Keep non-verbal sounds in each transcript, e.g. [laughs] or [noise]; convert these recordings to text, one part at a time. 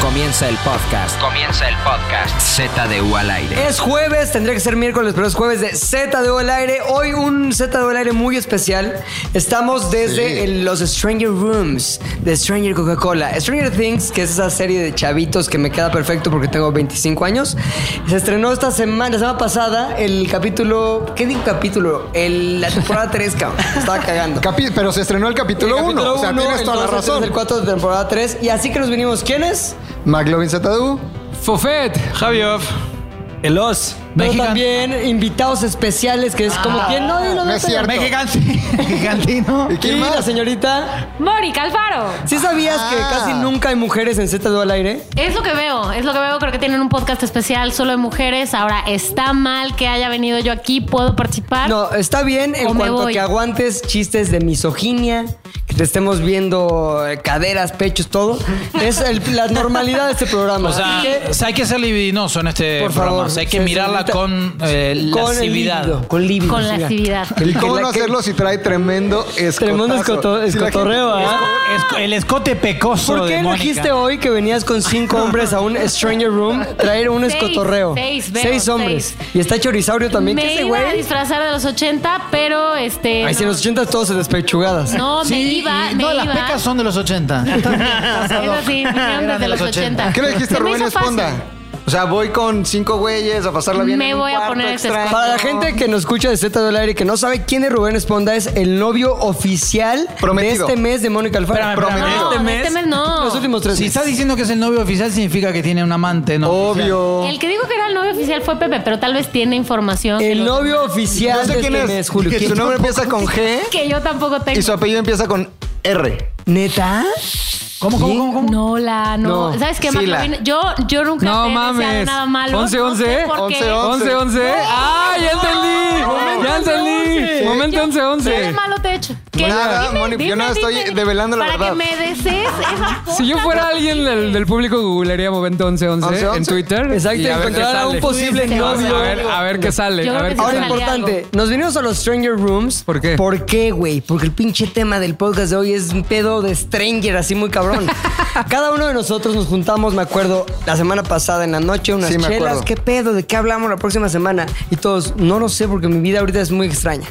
Comienza el podcast. Comienza el podcast. Z de U al aire. Es jueves, tendría que ser miércoles, pero es jueves de Z de U al aire. Hoy un Z de U al aire muy especial. Estamos desde Sí. el- los Stranger Rooms de Stranger Coca-Cola. Stranger Things, que es esa serie de chavitos que me queda perfecto porque tengo 25 años. Se estrenó esta semana, la semana pasada, el capítulo. ¿Qué digo capítulo? El, la temporada 3, cabrón. Estaba cagando. Capi- pero se estrenó el [laughs] capítulo 1. O sea, uno, tienes toda la el dos, el tres, razón. El 4 de temporada 3. Y así que nos vinimos. ¿Quiénes? McLovin Zatadú. Fofet, Javiov, Elos, Pero también invitados especiales, que es como quien no, no, no, Ah, No es no, cierto. Gigantino. ¿Y Y quién la más? señorita, Mori Calfaro. ¿sí sabías que Ah. casi nunca hay mujeres en Z2 al aire? Es lo que veo, es lo que veo. Creo que tienen un podcast especial solo de mujeres. Ahora está mal que haya venido yo aquí, puedo participar. No, está bien en Ah. O me cuanto voy. que aguantes chistes de misoginia, que te estemos viendo eh, caderas, pechos, todo. Es el- la normalidad de este programa. O sea, Así que, o sea, hay que ser libidinoso en este por programa. favor, O sea, hay que se- mirarla señorita, con eh, con el lascividad. líbido, con líbido, Con sí, ya. lascividad. ¿Y [laughs] cómo Que no la- que- hacerlo si trae tremendo escotazo? Tremendo escoto- Si la escotorreo, gente- ¿ah? Es- el escote pecoso ¿Por qué de Mónica. elegiste hoy que venías con cinco hombres a un Stranger Room traer un Seis, escotorreo? seis, veo, hombres. seis. Y está Chorisaurio también, que me ese iba a güey. disfrazar de los 80, pero este. Ahí sí, en los 80 todos se despechugadas. No, me iba, me no, iba. las pecas son de los 80. [laughs] Eso [laughs] sí, vinieron desde los 80. ¿Qué le dijiste a Se me Rubén hizo fácil. Esponda? O sea, voy con cinco güeyes a pasarla bien. Me en un voy a cuarto poner este ese extraño. Para la gente que nos escucha de Z del aire y que no sabe quién es Rubén Esponda, es el novio oficial Prometido. de este mes de Mónica Alfaro. Espérame, espérame. No, de este mes no. Los últimos tres Si meses. está diciendo que es el novio oficial, significa que tiene un amante, ¿no? Obvio. El que dijo que era el novio oficial fue Pepe, pero tal vez tiene información. El novio oficial Yo sé de quién este es. mes, Julio. Su nombre empieza con G Que yo tampoco tengo. y su apellido empieza con R. ¿Neta? ¿Cómo, cómo, cómo? cómo? No, la, no. No, ¿Sabes qué, sí, Marco? la. Yo, yo nunca No te he deseado mames. nada malo. 11, No 11, sé por ¿eh? 11, qué. 11, 11. ¡Ah, ya Ah, entendí! Ya entendí. Momento 11, ¿Qué 11. malo te he hecho? ¿Qué? Nada, Moni, yo nada estoy develando la para verdad. que me desees esas cosas. [laughs] Si yo fuera alguien del, del público, googlearía momento 11, 11 11. en Twitter. Exacto, y a ver qué encontrar a un sale. posible Tuviste A ver- novio. A ver, a ver qué sale. Yo A creo ver que qué Ahora Salía sale. importante, algo. nos vinimos a los Stranger Rooms. ¿Por qué? ¿Por qué, güey? Porque el pinche tema del podcast de hoy es un pedo de Stranger, así muy [laughs] cabrón. Cada uno de nosotros nos juntamos, me acuerdo, la semana pasada en la noche, unas Sí, me chelas. acuerdo. ¿Qué pedo? ¿De qué hablamos la próxima semana? Y todos, no lo sé porque mi vida ahorita es muy extraña.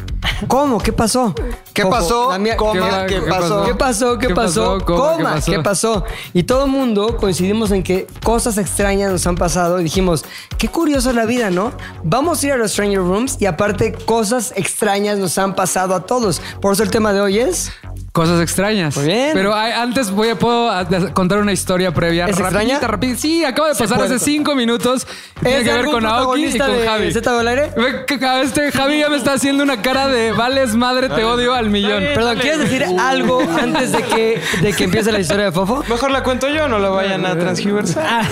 ¿Cómo? ¿Qué pasó? ¿Qué Ojo, pasó? la mía- Coma, ¿Qué- ¿qué qué pasó? ¿Qué pasó? ¿Qué, ¿Qué pasó? pasó? Coma, ¿Cómo? ¿Qué pasó? ¿qué pasó? Y todo el mundo coincidimos en que cosas extrañas nos han pasado y dijimos, qué curiosa es la vida, ¿no? Vamos a ir a los Stranger Rooms y aparte cosas extrañas nos han pasado a todos. Por eso el tema de hoy es... Cosas extrañas. Muy bien. Pero hay- antes voy a, puedo a- de- contar una historia previa. ¿Es rapidita, extraña? rapidita. Sí, acaba de Se pasar puede. hace cinco minutos. ¿Es Tiene que ver algún con Aoki y protagonista con de Javi. Zeta del Aire? Ve que a Este Javi ya me está haciendo una cara de vales madre, te odio al millón. Perdón, ¿quieres decir Uh. algo antes de que, de que empiece la historia de Fofo? Mejor la cuento yo, no la vayan a transgiversar. [laughs]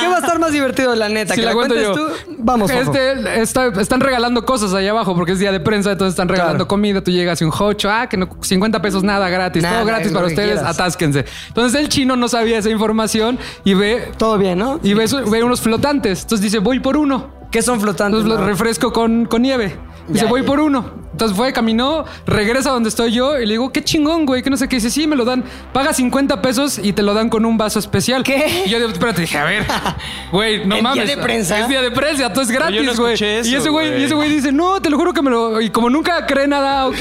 ¿Qué va a estar más divertido, la neta? Si ¿Que la la cuento cuentes yo. tú? Vamos, Fofo. Este, está- están regalando cosas allá abajo porque es día de prensa, entonces están regalando Claro. comida. Tú llegas y un hocho, ah, que no, 50 pesos nada gratis, Nada, todo es gratis lo para que ustedes, quieras. atásquense. Entonces el chino no sabía esa información y ve, Todo bien, ¿no? y ve, su- ve unos flotantes. Entonces dice, voy por uno. ¿Qué son flotantes? Entonces lo no? refresco con, con nieve. Dice, Ya, voy ya. por uno. Entonces fue, caminó, regresa donde estoy yo y le digo, qué chingón, güey, que no sé qué. Dice, sí, me lo dan. Paga 50 pesos y te lo dan con un vaso especial. ¿Qué? Y yo, espérate, dije, [laughs] a ver, güey, no ¿En día mames. de prensa? Es día de prensa, todo es Yo no gratis, güey. escuché y eso, ese güey, güey. y ese güey dice, no, te lo juro que me lo. Y como nunca cree nada, [laughs] ¿ok?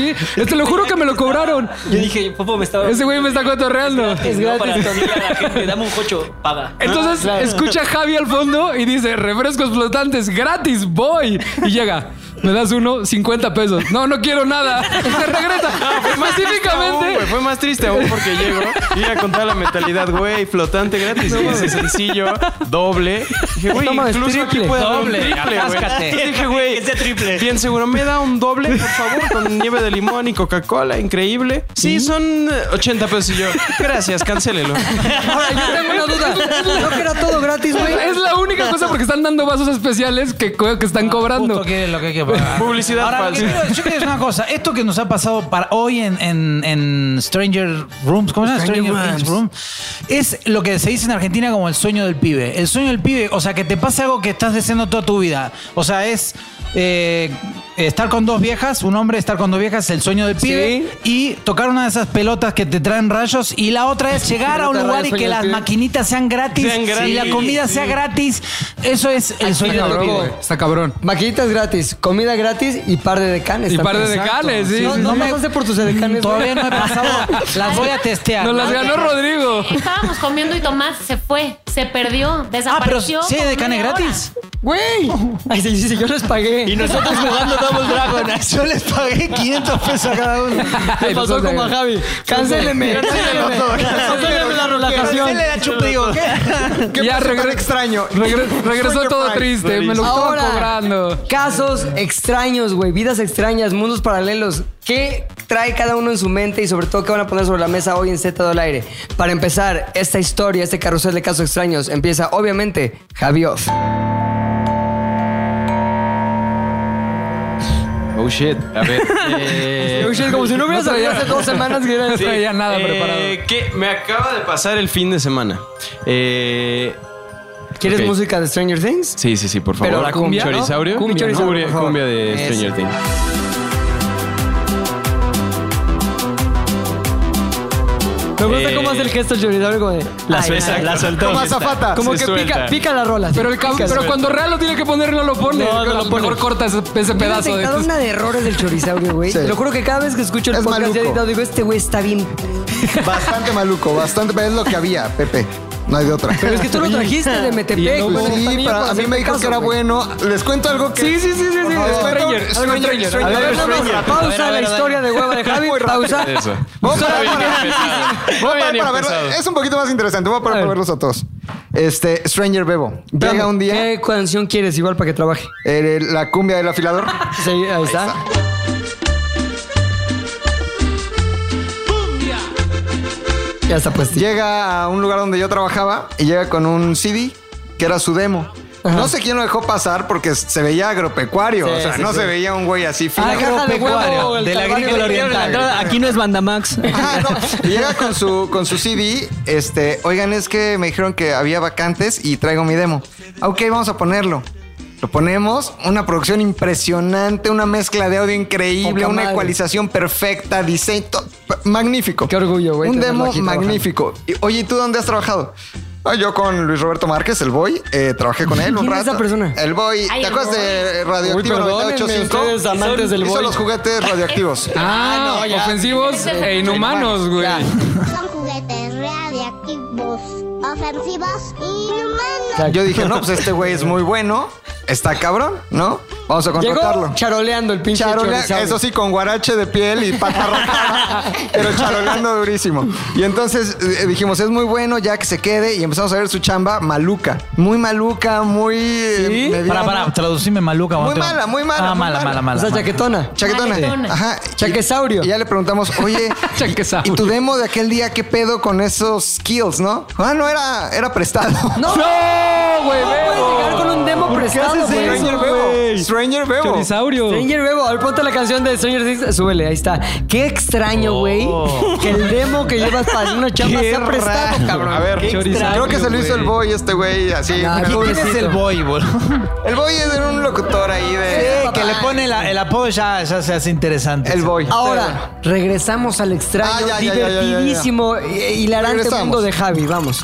te lo juro que me lo cobraron. Yo dije, Popo me estaba. Ese güey me está cotorreando. Es gratis. No, para decirle a la gente, dame un cocho, paga. Ah, Entonces escucha a Javi al fondo y dice, refrescos flotantes, gratis, voy. Y llega, me das uno, 50 pesos. No, no quiero nada. Se regresa. pues, Aún, güey, Específicamente. fue más triste aún porque llego y ya con toda la mentalidad, güey, flotante gratis, ese sencillo, doble. Dije, güey, No mames, incluso triple. aquí puede haber un Doble, triple, atáscate. güey. Dije, güey, Que sea triple. bien seguro, me da un doble, por favor, con nieve de limón y Coca-Cola, increíble. Sí, son eh, 80 pesos y yo, gracias, cancélelo. Ahora, yo tengo una duda. ¿No que era todo gratis, güey? [laughs] Es la única cosa porque están dando vasos especiales que, co- que Ah, están cobrando. Justo que es lo que hay que pagar. Publicidad Ahora, lo que falsa. quiero- yo quiero decir una cosa. Esto que nos ha pasado para hoy en, en- en Stranger Rooms, ¿cómo se llama? Stranger, Things Room, es lo que se dice en Argentina como el sueño del pibe. El sueño del pibe, o sea, que te pase algo que estás deseando toda tu vida. O sea, es eh, estar con dos viejas, un hombre estar con dos viejas, el sueño del pibe, y tocar una de esas pelotas que te traen rayos, y la otra es llegar a un Pelota, lugar y rayos, que sueño del las pibe. maquinitas sean gratis, Sean gratis, y la comida sea gratis. Eso es el sueño del cabrón, pibe. güey. Está cabrón. Maquinitas gratis, comida gratis y par de decanes. Y también. par de decanes, sí, No, sí, no sí. pasaste por tus decanes. Mm, Todavía no he güey. pasado. [laughs] Las voy a testear. Nos las ganó Rodrigo. Estábamos comiendo y Tomás se fue, se perdió, Ah, pero desapareció. sí, como de cane media hora. gratis. Güey. Ay, sí, sí, sí, yo les pagué. Y nosotros jugando Double Dragon. [laughs] Yo les pagué 500 pesos a [laughs] cada uno. ¿Qué pasó como a Javi? Cancéleme. Cancéleme. Cancéleme la relajación. la chupigo. Ya regre- extraño. regre- regresó Sueño todo Prime. triste. Me lo estaban Ahora, cobrando. casos extraños, güey, vidas extrañas, mundos paralelos. ¿Qué trae cada uno en su mente y sobre todo qué van a poner sobre la mesa hoy en Z del Aire? Para empezar, esta historia, este carrusel de casos extraños, empieza obviamente Javi Off. Oh shit. A ver. eh, Como si no hubieras salido hace dos semanas que [laughs] No traía nada eh, preparado. ¿qué? Me acaba de pasar el fin de semana. Eh, ¿Quieres Ok. música de Stranger Things? sí, sí, sí, por favor. Pero la cumbia, ¿no? Chorizaurio. Cumbia, chorizaurio, Cumbia, por favor. cumbia de Eso. Stranger Things. Me gusta Eh, cómo hace el gesto chorizaurio como de... La Ay, suelta, ay. la soltó. Como azafata. Como se que pica, suelta. pica la rola. Pero, el cab- pero cuando Real lo tiene que poner, no lo pone. No, no lo Mejor pone. corta ese, ese Yo he pedazo de. este detectado una de errores del chorizaurio, [laughs] güey. Sí. Te lo juro que cada vez que escucho el Es podcast ya maluco. editado, digo, este güey está bien. Bastante maluco, bastante, pero es lo que había, Pepe. No hay de otra. Pero es que tú lo trajiste de Metepec. Pues güey. sí, pero a mí me dijo que era bueno. Les cuento algo que. Sí, sí, sí, sí. sí. favor. Stranger. Stranger, Stranger. Stranger. A ver, Stranger. nada más, pausa la historia de hueva de Javi. Pausa. Eso. Vamos No para- había ni para- empezado. Voy No a había parar ni para verlo. empezado. Es un poquito más interesante. Voy a parar A para ver. verlos a todos. Este, Stranger Bebo. Llega un día ¿Qué canción quieres igual para que trabaje? eh, la cumbia [laughs] del afilador. Sí, ahí está. Ya está pues. Llega a un lugar donde yo trabajaba y llega con un CD que era su demo. Ajá. No sé quién lo dejó pasar porque se veía agropecuario. Sí, o sea, sí, no sí. se veía un güey así fino. Ah, caja de huevo, el de la calvario agrícola de oriental. la entrada. Aquí no es Bandamax. [laughs] Ah, no. Y Llega con su, con su CD. Este, oigan, es que me dijeron que había vacantes y traigo mi demo. Ah, Ok, vamos a ponerlo. Lo ponemos, una producción impresionante, una mezcla de audio increíble, Poca una madre. ecualización perfecta, diseño to- p- magnífico. Qué orgullo, güey, Un tenerlo demo aquí trabajando. magnífico. Y, oye, ¿y tú dónde has trabajado? Ah, yo con Luis Roberto Márquez, el Boy, eh, trabajé con él un ¿Quién es rato. esa persona? El Boy, Ay, ¿te el acuerdas Boy. de Uy, Radioactivo perdónenme 985? ustedes, amantes del Hizo boy. los [laughs] juguetes radioactivos. Ah, ofensivos e inhumanos, güey. Son juguetes radiactivos, ofensivos y Exacto. inhumanos. Yo dije, no, pues este güey es muy bueno, está cabrón, ¿no? Vamos a contratarlo. Llegó charoleando el pinche Charolea, chorizaurio. eso sí, con guarache de piel y pata rota, pero charoleando durísimo. Y entonces eh, dijimos, es muy bueno, ya que se quede, y empezamos a ver su chamba maluca. Muy maluca, muy... eh, mediana. Para, para, traducime maluca. Muy Mateo. mala, muy mala, Ah, muy mala, mala. mala, O mala. sea, mala. chaquetona. Chaquetona. Chaquetona. Ajá. Chaquesaurio. Y ya le preguntamos, oye, Chaquesaurio. ¿y tu demo de aquel día qué pedo con esos skills, no? Ah, no, era, era prestado. [laughs] No, ¡No, güey, puedes llegar Bebo! con un demo prestado, haces güey. eso, Stranger güey? Bebo. Stranger Bebo. Chorizaurio. Stranger Bebo, a ver, ponte la canción de Stranger Things, súbele, ahí está. Qué extraño, güey, que el demo que llevas para una chamba Qué sea prestado, raro. cabrón. A ver, creo que se lo hizo el boy este güey así. Ah, el, ¿quién boy, ¿Quién es el boy, boludo? [laughs] el boy es un locutor ahí de... que le pone la- el apodo ya, ya se hace interesante. El boy. Ahora, regresamos al extraño, Ah, ya, ya, ya, ya, ya. divertidísimo, eh, hilarante Regresamos. mundo de Javi, vamos.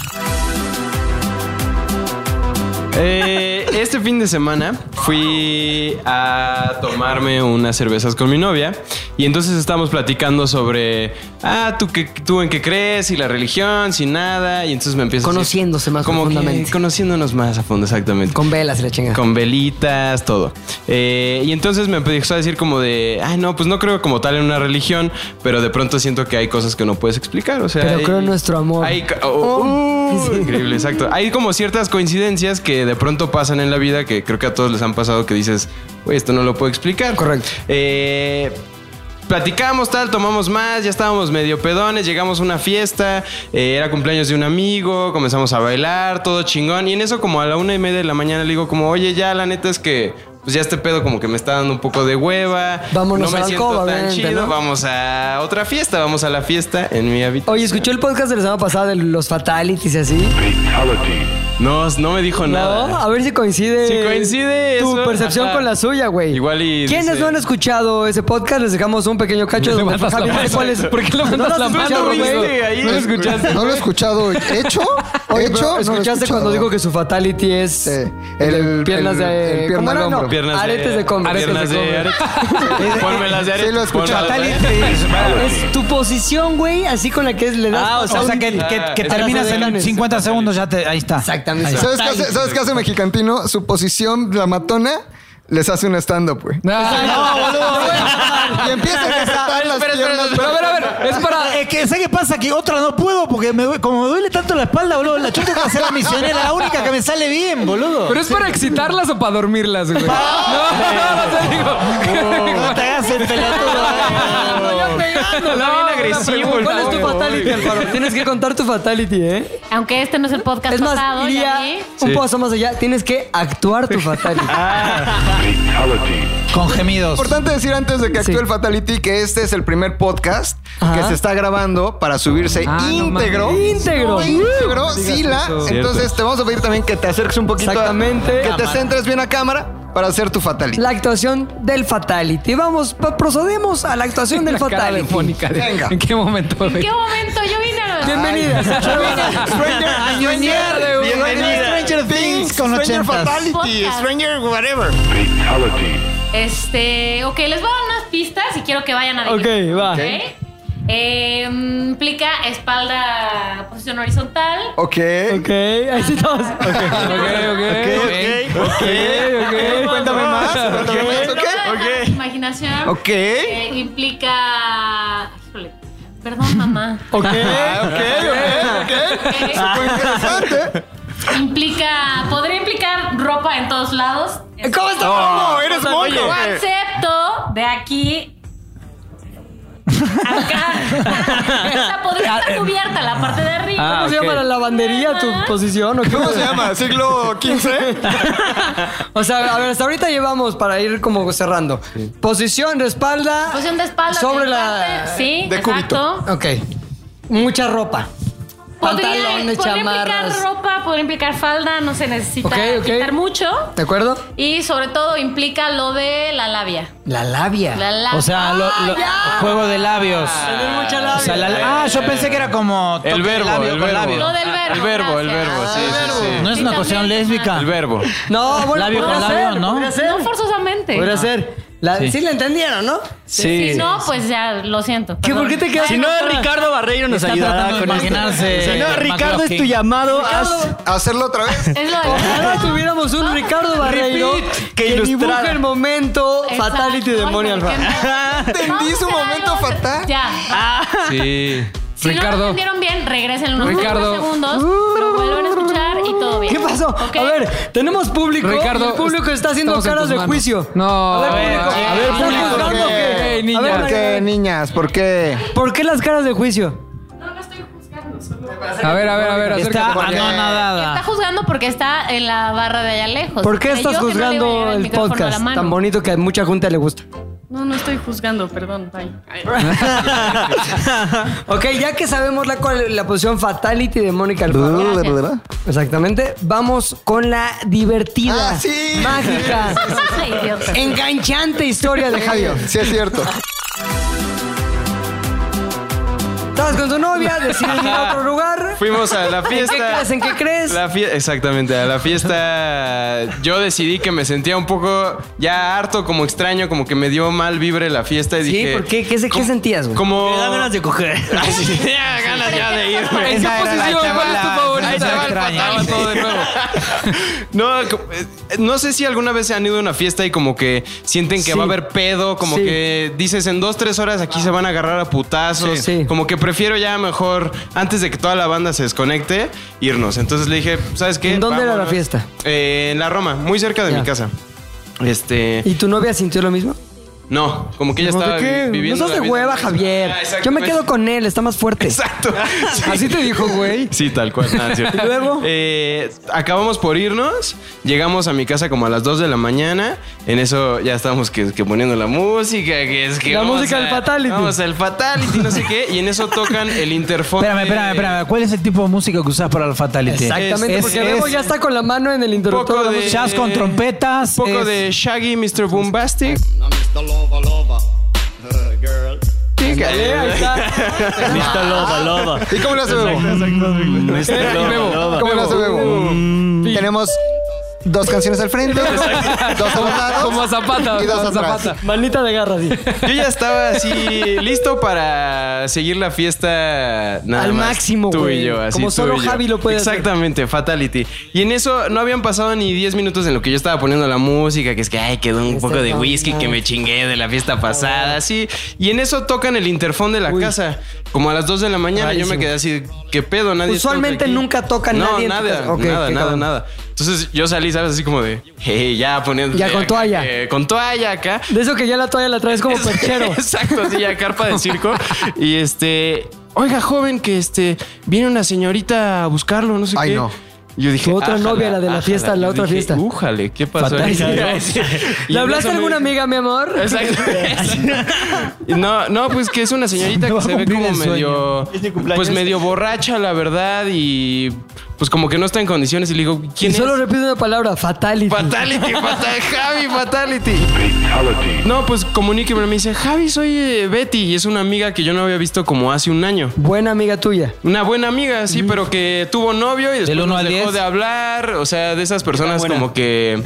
Eh, este fin de semana fui a tomarme unas cervezas con mi novia y entonces estábamos platicando sobre, ah, ¿tú, qué, tú en qué crees y la religión, si nada, y entonces me empiezo a decir- Conociéndose más como que profundamente. conociéndonos más a fondo, exactamente. Con velas y la chingada. Con velitas, todo. Eh, y entonces me empezó a decir como de, ay, no, pues no creo como tal en una religión, pero de pronto siento que hay cosas que no puedes explicar, o sea... Pero hay- creo en nuestro amor. hay ca- oh, uh, increíble, exacto. Hay como ciertas coincidencias que de pronto pasan en la vida que creo que a todos les han pasado que dices, güey, esto no lo puedo explicar. Correcto. Eh, Platicamos tal, tomamos más, ya estábamos medio pedones, llegamos a una fiesta, eh, era cumpleaños de un amigo, comenzamos a bailar, todo chingón. Y en eso como a la una y media de la mañana le digo como, oye, ya la neta es que pues ya este pedo como que me está dando un poco de hueva. Vámonos a no me la siento alcoba, tan obviamente, chido, ¿no? vamos a otra fiesta, vamos a Oh. la fiesta en mi habitación. Oye, escuchó el podcast de la semana pasada de los fatalities y así. No, no me dijo No, nada. a ver si coincide. Si coincide Tu eso, percepción ajá. con la suya, güey. Igual y ¿Quiénes dice- no han escuchado ese podcast? Les dejamos un pequeño cacho No donde levantas la Javi dice mano. cuál es- ¿Por qué levantas no lo has la mano, escuchado, güey? güey? ahí. No lo escuchaste. No lo he escuchado. ¿Hecho? [laughs] Oye, pero ¿Hecho? No lo ¿Escuchaste he escuchado. cuando digo que su fatality es Sí. el, piernas el- de el pierna ¿cómo al era? No, hombro. Piernas aretes de, comer. Piernas de, aretes. Ponme las de aretes. Sí, lo escuché. Ponme las de aretes. [laughs] Es tu posición, güey, así con la que le das. Ah, o sea, O sea, que, un- que- que Ah, terminas en exactamente. 50 segundos, ya te, ahí está. Exactamente. Ahí está. ¿Sabes qué hace, ¿sabes qué hace Mexicantino? Su posición, la matona, les hace un stand-up, güey. Ah, [laughs] Y empieza a resaltar las piernas. Pero a ver, a ver, es para. [laughs] Es que, ¿sabes qué pasa? Que otra no puedo, porque me due- como me duele tanto la espalda, boludo, la chuta que hacer la misionera, la única que me sale bien, boludo. Pero es para excitarlas o para dormirlas, [laughs] güey. No, [laughs] no te Eh, digo. No te hagas el pelotudo. eh. Ya No, pegándola, bien una agresivo, pregunta, ¿Cuál es tu Obvio, fatality, obvio. Alfaro? Tienes que contar tu fatality, ¿eh? Aunque este no es el podcast Es más, pasado, ya iría vi. un Sí. paso más allá. Tienes que actuar tu fatality. Con gemidos. Importante decir antes de que actúe Sí. el Fatality que este es el primer podcast Ajá. que se está grabando para subirse Ah, no íntegro. mames. Íntegro. Íntegro, Sila. eso. Entonces te vamos a pedir también que te acerques un poquito. a- Exactamente. que te centres bien a cámara para hacer tu Fatality. La actuación del fatality. Vamos, pa- procedemos a la [laughs] actuación del La cara de fatality. Mónica, de- Venga. ¿En qué momento, güey? ¿En qué momento? Yo vine a... Bienvenidas. [laughs] Mierda, güey. Stranger Things con Stranger 80s. Fatality, Podcast. Stranger whatever. Este, ok, les voy a dar unas pistas y quiero que vayan a Ok, va. Ok. Eh, mm, implica espalda, posición horizontal. Ok. Ok, ahí sí estamos. Ok, ok, ok. Ok, ok. Cuéntame más. Cuéntame más. Pero no voy a dejar Imaginación. Ok. Eh, implica. Híjole. Perdón, mamá. Ok. Eh, Ah. [laughs] Interesante. implica. Podría implicar ropa en todos lados. Eh, ¿Cómo estás? Ah, No, eres monje. Concepto de aquí. Acá. o sea, podría estar cubierta la parte de arriba. ¿Cómo se llama la lavandería tu posición? ¿O qué? ¿Cómo se llama? ¿Siglo XV? O sea, a ver, hasta ahorita llevamos para ir como cerrando. Posición de espalda. Posición de espalda. Sobre de la. parte, Sí, de cúbito. exacto. Ok. Mucha ropa. Pantalones, podría chamarras. implicar ropa, podría implicar falda, no se necesita Ok, ok. quitar mucho. ¿De acuerdo? Y sobre todo implica lo de la labia. La labia. La labia. O sea, lo- lo- juego de labios. Tener mucha labia. O sea, la- la- ah, yo pensé que era como toque El de verbo, labio el con verbo. labio. Lo del verbo. El verbo, el gracias. verbo, sí, sí, sí. No es Sí, una también, cuestión lésbica. El verbo. No, bueno, Labio podría con ser, labio, ¿no? Podría ser. No forzosamente. Podría ser. La- sí. Sí. la entendieron, ¿no? Si no, pues ya lo siento. ¿Qué, ¿Por qué te quedas? Si no, Ricardo Barreiro nos Está ayudará tratando de con esto. imaginarse Si no, el Ricardo McLaughlin. es tu llamado. haz- Hacerlo otra vez. Es lo de Ojalá Ah, tuviéramos un Ricardo Barreiro Ah, Repeat, que que, ilustrara. dibuja el momento Exacto. fatality de Ay, Moni ¿por qué Alfaro. no? Entendí Vamos a su hacer momento algo. fatal. Ya. Ah. Sí. Si no Ricardo. lo entendieron bien, regresen unos Ricardo. segundos, lo vuelven a escuchar y todo bien. [laughs] Uh. ¿Qué pasó? ¿Ok? A ver, tenemos público. Ricardo, y el público está haciendo estamos en caras tus de manos. juicio. No. A ver, público. A A ver, público. ¿por juzgando qué? o qué? Ey, A niña. ver, ¿Por qué, niñas? ¿Por qué? ¿Por qué las caras de juicio? A ver, a ver, a ver, Ah, Está acércate. Está anonadada. juzgando porque está en la barra de allá lejos. ¿Por qué Pero estás yo que no le iba a juzgando llevar el micrófono a la podcast mano. tan bonito que a mucha gente le [laughs] gusta? No, no estoy juzgando, perdón. bye. Ok, ya que sabemos la, cual- la posición fatality de Mónica Alfaro. [laughs] ¿Verdad? Exactamente. Vamos con la divertida, Ah, sí. [laughs] mágica, Ay, idiota. enganchante historia de Javier. Sí, es cierto. Estabas con tu novia, decides ir [laughs] a otro lugar. Fuimos a la ¿En fiesta. qué crees? ¿En qué crees? La fie- Exactamente, a la fiesta yo decidí que me sentía un poco ya harto, como extraño, como que me dio mal vibre la fiesta y Sí, dije... ¿por qué? ¿Qué se- qué sentías, güey? Como... Me da ganas de coger. [laughs] Ya, ganas ya de irme. Esa ¿En qué era la- posición? ¿Cuál es tu favorita? Ahí te va el Estaba fatal. todo de [laughs] nuevo. No, co- eh, no sé si alguna vez se han ido a una fiesta y como que sienten que Sí. va a haber pedo, como Sí. que dices en dos, tres horas aquí se van a agarrar a putazos. Sí. Sí. Como que prefiero ya mejor, antes de que toda la banda se desconecte, irnos. Entonces le dije, ¿sabes qué? ¿En dónde era la fiesta? Eh, en la Roma, muy cerca de Ya. mi casa. Este. ¿Y tu novia sintió lo mismo? No, como que ella estaba vi- No viviendo. sos la de vida. hueva, Javier. Ah, exactamente. Yo [laughs] me quedo con él, está más fuerte. Exacto. Sí. Así te dijo, güey. Sí, [laughs] tal cual. nada, Ah, es cierto. ¿Y luego? Eh, acabamos por irnos. Llegamos a mi casa como a las 2 de la mañana. En eso ya estábamos que, que poniendo la música. Que es que La vamos música a- del Fatality. Vamos al Fatality, no sé qué. Y en eso tocan el interfono. Espérame, espérame, espérame. ¿Cuál es el tipo de música que usas para el Fatality? Exactamente, Es- porque es- Bebo ya está con la mano en el interruptor. Poco de la de- música. Jazz con trompetas. Un poco es- de Shaggy, Mr. Boombastic. Chíngale, ahí está. Mr. Loba, Loba. ¿Y cómo le hace Bebo? Mr. Loba, Loba. ¿Cómo le hace Bebo? Tenemos dos canciones al frente, dos a los lados. Como a Zapata. Y dos como a atrás. Zapata. Manita de garra, sí. Yo ya estaba así listo para seguir la fiesta nada Al más, máximo, tú güey. y yo, así Como tú solo y yo. Javi lo puede hacer. Exactamente, fatality. Y en eso no habían pasado ni 10 minutos en lo que yo estaba poniendo la música, que es que ay, quedó un poco de whisky que me chingué de la fiesta pasada, así. Y en eso tocan el interfón de la casa, como a las 2 de la mañana, yo me quedé así, qué pedo, nadie está Usualmente aquí. nunca toca no, nadie en tu nada, casa. Ok, nada, qué nada, cabrón. nada. Entonces yo salí, sabes, así como de, hey, ya poniendo Ya con acá, [laughs] toalla. eh, con toalla acá. De eso que ya la toalla la traes como perchero. Exacto, así ya carpa de circo. Y este, oiga, joven, que este, viene una señorita a buscarlo, no sé Ay, qué. no. Yo dije, Tu otra "Ájala, novia, la de la ájala". fiesta, la Yo otra fiesta. Újale, ¿qué pasó? ahí?" Y ¿Le en hablaste eso a me- alguna amiga, mi amor? Exacto. Y No, no, pues que es una señorita No va que a se ve cumplir como el sueño. medio. Es mi cumpleaños. Pues medio borracha, la verdad, y pues como que no está en condiciones. Y le digo, Y ¿quién es? solo repito una palabra, fatality. Fatality, fatal, Javi, fatality. No, pues comuníqueme, me dice, Javi, soy eh, Betty y es una amiga que yo no había visto como hace un año. Buena amiga tuya. Una buena amiga, sí, pero que tuvo novio y después uno nos al dejó diez. de hablar. O sea, de esas personas buena. Ah, como que...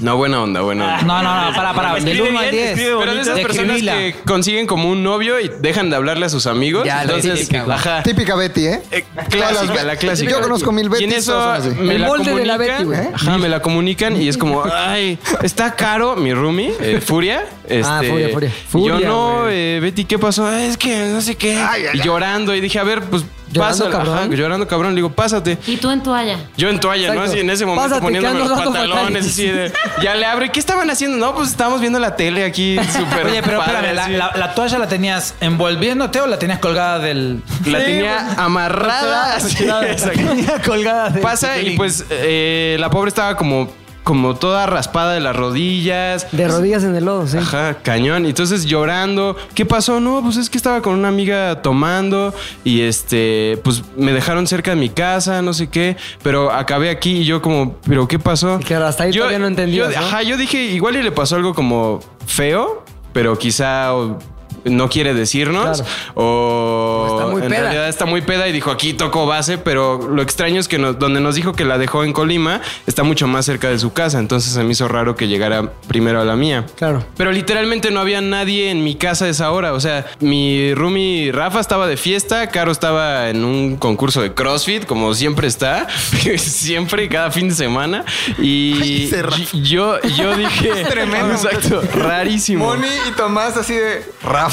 No, buena onda, buena onda. No, no, no, para, para. Del Escribe 1 al bien, 10. escribe Pero de esas personas Describila. que consiguen como un novio y dejan de hablarle a sus amigos. Ya, la entonces, típica, güey. ajá. Típica Betty, ¿eh? Eh, Clásica, Todas la las- clásica. Yo conozco mil Y en Betis, eso todas son así. me El la molde de la comunican. Betty, güey. Ajá, me la comunican y es como, ay, está caro mi roomie, eh, Furia. Ah, este, Furia, Furia. y Furia, yo no, güey. eh, Betty, ¿qué pasó? "Ay, Es que no sé qué. Ay, ay, y ay. llorando. Y dije, a ver, pues Llorando, pásale. Ajá, cabrón. llorando, cabrón. Le digo, pásate. Y tú en toalla. Yo en toalla, ¿no? Exacto. Así en ese momento Pásate, que poniéndome ando los dando pantalones. fatales. Así de, ya le abro. ¿Y qué estaban haciendo? No, pues estábamos viendo la [laughs] tele aquí súper Oye, pero padre, espérame, la, así. la- la toalla la tenías envolviéndote o la tenías colgada del. La tenía [laughs] amarrada. así, [laughs] exacto. tenía colgada del. pasa y pues eh, la pobre estaba como, como toda raspada de las rodillas. De rodillas en el lodo, sí. Ajá, cañón. Y Entonces llorando. ¿Qué pasó? No, pues es que estaba con una amiga tomando y este, pues me dejaron cerca de mi casa, no sé qué, pero acabé aquí y yo como, pero ¿qué pasó? Y claro, hasta ahí todavía no entendías, yo- ¿no? Ajá, yo dije, igual y le pasó algo como feo, pero quizá o, no quiere decirnos Claro. o O está muy en peda. realidad está muy peda y dijo aquí tocó base, pero lo extraño es que nos- donde nos dijo que la dejó en Colima está mucho más cerca de su casa, entonces se me hizo raro que llegara primero a la mía. Claro. Pero literalmente no había nadie en mi casa a esa hora. O sea, mi roomie Rafa estaba de fiesta, Caro estaba en un concurso de CrossFit, como siempre está, [laughs] siempre, cada fin de semana. Y ese Rafa. y- yo, yo dije, [laughs] tremendo. exacto, rarísimo. Moni y Tomás así de [laughs] Rafa.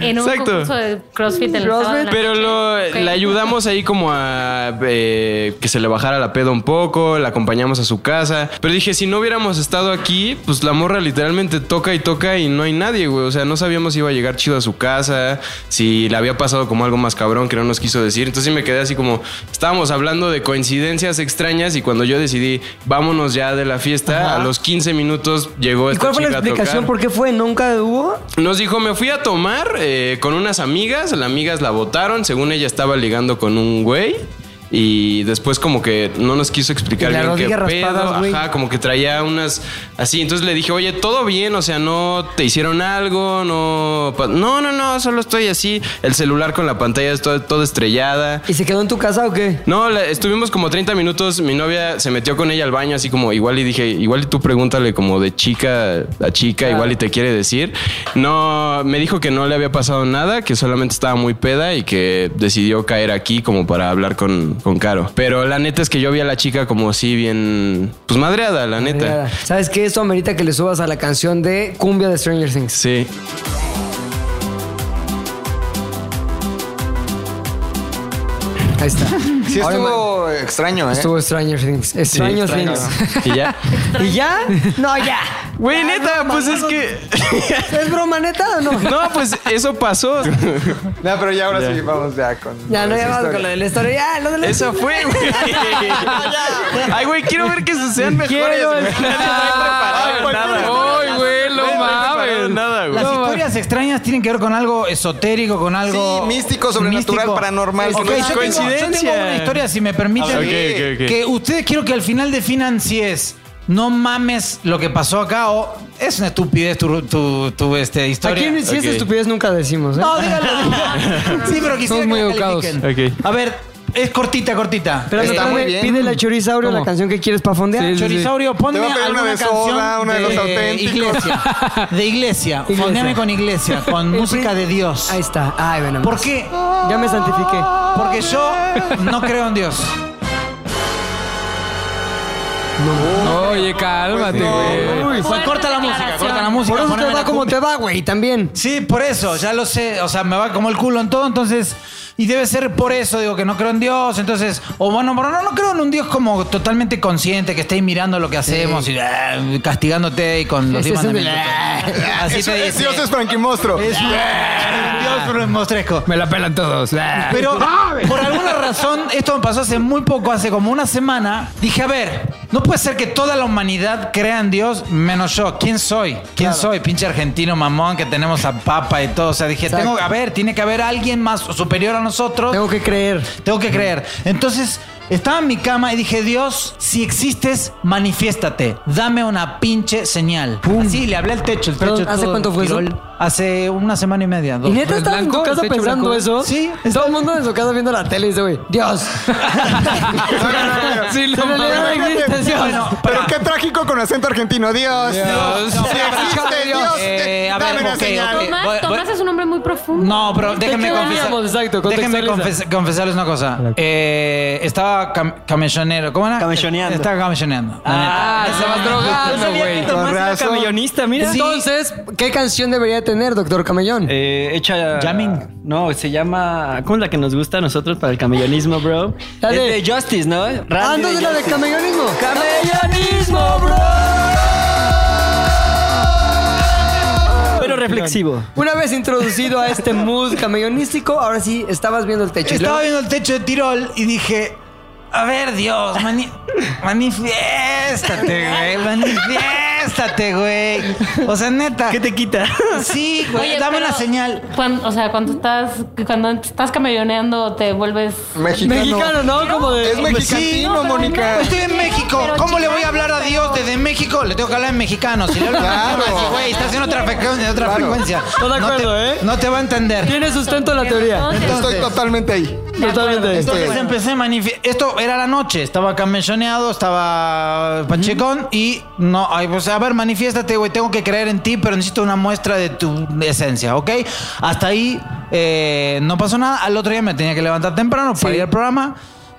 En un Exacto. concurso de CrossFit en el sábado en la Pero noche. lo, Ok. le ayudamos ahí como a eh, que se le bajara la peda un poco, la acompañamos a su casa. Pero dije, si no hubiéramos estado aquí, pues la morra literalmente toca y toca y no hay nadie, güey. O sea, no sabíamos si iba a llegar chido a su casa, si le había pasado como algo más cabrón que no nos quiso decir. Entonces sí me quedé así como, estábamos hablando de coincidencias extrañas y cuando yo decidí, vámonos ya de la fiesta, a los 15 minutos llegó ¿Y esta cuál fue la chica a explicación? tocar. ¿Por qué fue? ¿Nunca hubo? Nos dijo, me fui a tomar eh, con unas amigas, las amigas la votaron, según ella estaba ligando con un güey. Y después como que no nos quiso explicar Y la bien qué rodilla pedo, raspadas, güey. ajá, como que traía unas así, entonces le dije, "Oye, todo bien, o sea, no te hicieron algo, no pa- no, no, no, solo estoy así, el celular con la pantalla es todo, todo estrellada." ¿Y se quedó en tu casa o qué? No, la- estuvimos como 30 minutos. Mi novia se metió con ella al baño, así como igual y dije, igual y tú pregúntale como de chica a chica, igual y te quiere decir. No, me dijo que no le había pasado nada, que solamente estaba muy peda y que decidió caer aquí como para hablar con, con Caro. Pero la neta es que yo vi a la chica como así bien, pues madreada, la neta. Nada. ¿Sabes qué? Esto amerita que le subas a la canción de Cumbia de Stranger Things. Sí. Ahí está. Sí Ahora estuvo extraño, ¿eh? Estuvo Stranger Things. Stranger Things. Y ya. ¿Y ya? No, ya. Güey, neta, pues es que. ¿Es broma neta o no? No, pues eso pasó. No, pero ya ahora sí, vamos ya con. Ya, no esa ya vamos historia. con lo de la historia. Ya, lo de la Eso [laughs] fue, güey. Ay, güey, quiero ver que sean mejores. Quiero güey. estar- Nadie trae preparado nada. Ay, güey, no Nadie trae preparado mames. Nada, güey. Las historias extrañas tienen que ver con algo esotérico, con algo. Sí, místico, sobrenatural, paranormal, Ok, que no es yo tengo- coincidencia. yo tengo una historia, si me permiten. Ok, ok, ok. Que ustedes quiero que al final definan si es no mames lo que pasó acá o es una estupidez tu, tu, tu, este, historia. Aquí ni si es Ok. estupidez nunca decimos, ¿eh? No, díganlo. [laughs] sí, pero quisiera Somos que muy la educados. califiquen. Ok. A ver, es cortita, cortita. Este, Pero Está muy bien. pide la chorizaurio ¿Cómo? la canción que quieres para fondear. Sí, sí, sí. Chorizaurio, ponme Te voy a pedir una alguna de canción Soda, una de los auténticos. Iglesia. De iglesia. Iglesia. Fondeame con iglesia, [laughs] con El música prin- de Dios. Ahí está. Ay, bueno. ¿Por qué? Ya me santifiqué. Porque yo no creo en Dios. Oye, cálmate, güey. Uy, fuerte corta la música, declaración. corta la música. Por eso poneme te va la como cumbia. te va, güey, también. Sí, por eso, ya lo sé. O sea, me va como el culo en todo, entonces. Y debe ser por eso, digo, que no creo en Dios. Entonces, o bueno, pero no, no creo en un Dios como totalmente consciente, que esté ahí mirando lo que hacemos y ah, castigándote y con los Ese diez es el de- mandamientos. Así Eso te es dice. Dios es Frankie Mostro. Es un, un Dios, pero es mostresco. Me la pelan todos. Ah. [laughs] Pero por alguna razón, esto me pasó hace muy poco, hace como una semana. Dije, a ver, no puede ser que toda la humanidad crea en Dios menos yo. ¿Quién soy? ¿Quién soy? Pinche argentino mamón que tenemos a papa y todo. O sea, dije, Exacto. tengo, a ver, tiene que haber alguien más superior a nosotros. Tengo que creer. Tengo que creer. Entonces, estaba en mi cama y dije, Dios, si existes, manifiéstate. Dame una pinche señal. Así, le hablé al techo. El Perdón, techo ¿hace todo cuánto fue eso? tirol. Hace una semana y media. dos. ¿Y neta ¿El estás en tu blanco? casa ¿El techo pensando blanco? eso? Sí, Todo el mundo en su casa viendo la tele y dice, güey, Dios. [laughs] Sí, no En realidad mames. no existe Dios. Bueno, Pero pará. qué trágico con acento argentino. Dios. Dios. Si existe Dios, Eh, a ver, dame una ok, señal. ok. Eh, Tomás, voy- Tomás voy- es un hombre muy profundo. No, pero déjenme queda confesar. bien. Exacto, contextualiza. déjenme confes- confesarles una cosa. Eh, estaba cam- camellonero. ¿Cómo era? Camelloneando. Estaba camelloneando. la neta. Ah, se va drogando, güey. Con razón. camellonista, mira. Entonces, ¿qué canción debería tener, doctor Camellón? [laughs] Eh, hecha. Jamming. No, se llama. ¿Cómo es la que nos gusta a nosotros para el camellonismo, bro? La es de- de Justice, ¿no? Randy Ah, entonces la de Justice. camellonismo. camellonismo, bro. Pero reflexivo. Una vez introducido a este mood camellonístico, ahora sí estabas viendo el techo. Y Estaba luego- viendo el techo de Tirol y dije. A ver, Dios, mani manifiéstate, güey. Manifiéstate, güey. O sea, neta. ¿Qué te quita? Sí, güey. Oye, dame pero una señal. cuan- o sea, cuando estás, cuando estás camelloneando te vuelves... Mexicano. Mexicano, ¿no? Como de. Es mexicantino, no, pero Mónica. no. Estoy en México. Pero ¿Cómo le voy a chilango, hablar a pero- Dios desde México? Le tengo que hablar en mexicano. Si le hablo Claro. en mexicano, así, güey, estás en otra frecuencia. en otra Claro. frecuencia. Estoy de acuerdo, no te, ¿eh? No te va a entender. Tiene sustento la teoría. Estoy totalmente ahí. Totalmente. Entonces empecé a manifestar. Esto era la noche. Estaba camelloneado, estaba pachecón y no. Ay, pues a ver, manifiéstate, güey. Tengo que creer en ti, pero necesito una muestra de tu esencia, ¿ok? Hasta ahí eh, no pasó nada. Al otro día me tenía que levantar temprano para ir al programa.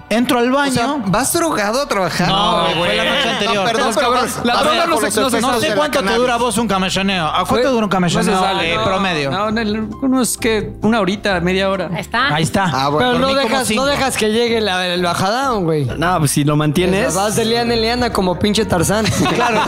Entro al baño. O sea, ¿vas drogado a trabajar? No, güey, fue la noche anterior. No, perdón, Estás pero cabrón. vas- La vas droga por no se- los no se- efectos no No de sé la cuánto te cannabis. dura vos un camelloneo. ¿A cuánto dura un camelloneo No se sale, eh, no. promedio? No, en el- unos que una horita, media hora. Ahí está. Ahí está. Ah, bueno. Pero no Dormí como dejas, no cinco. dejas que llegue la, el bajadón, güey. No, pues si lo mantienes. Vas de liana en liana como pinche Tarzán. [laughs] Claro.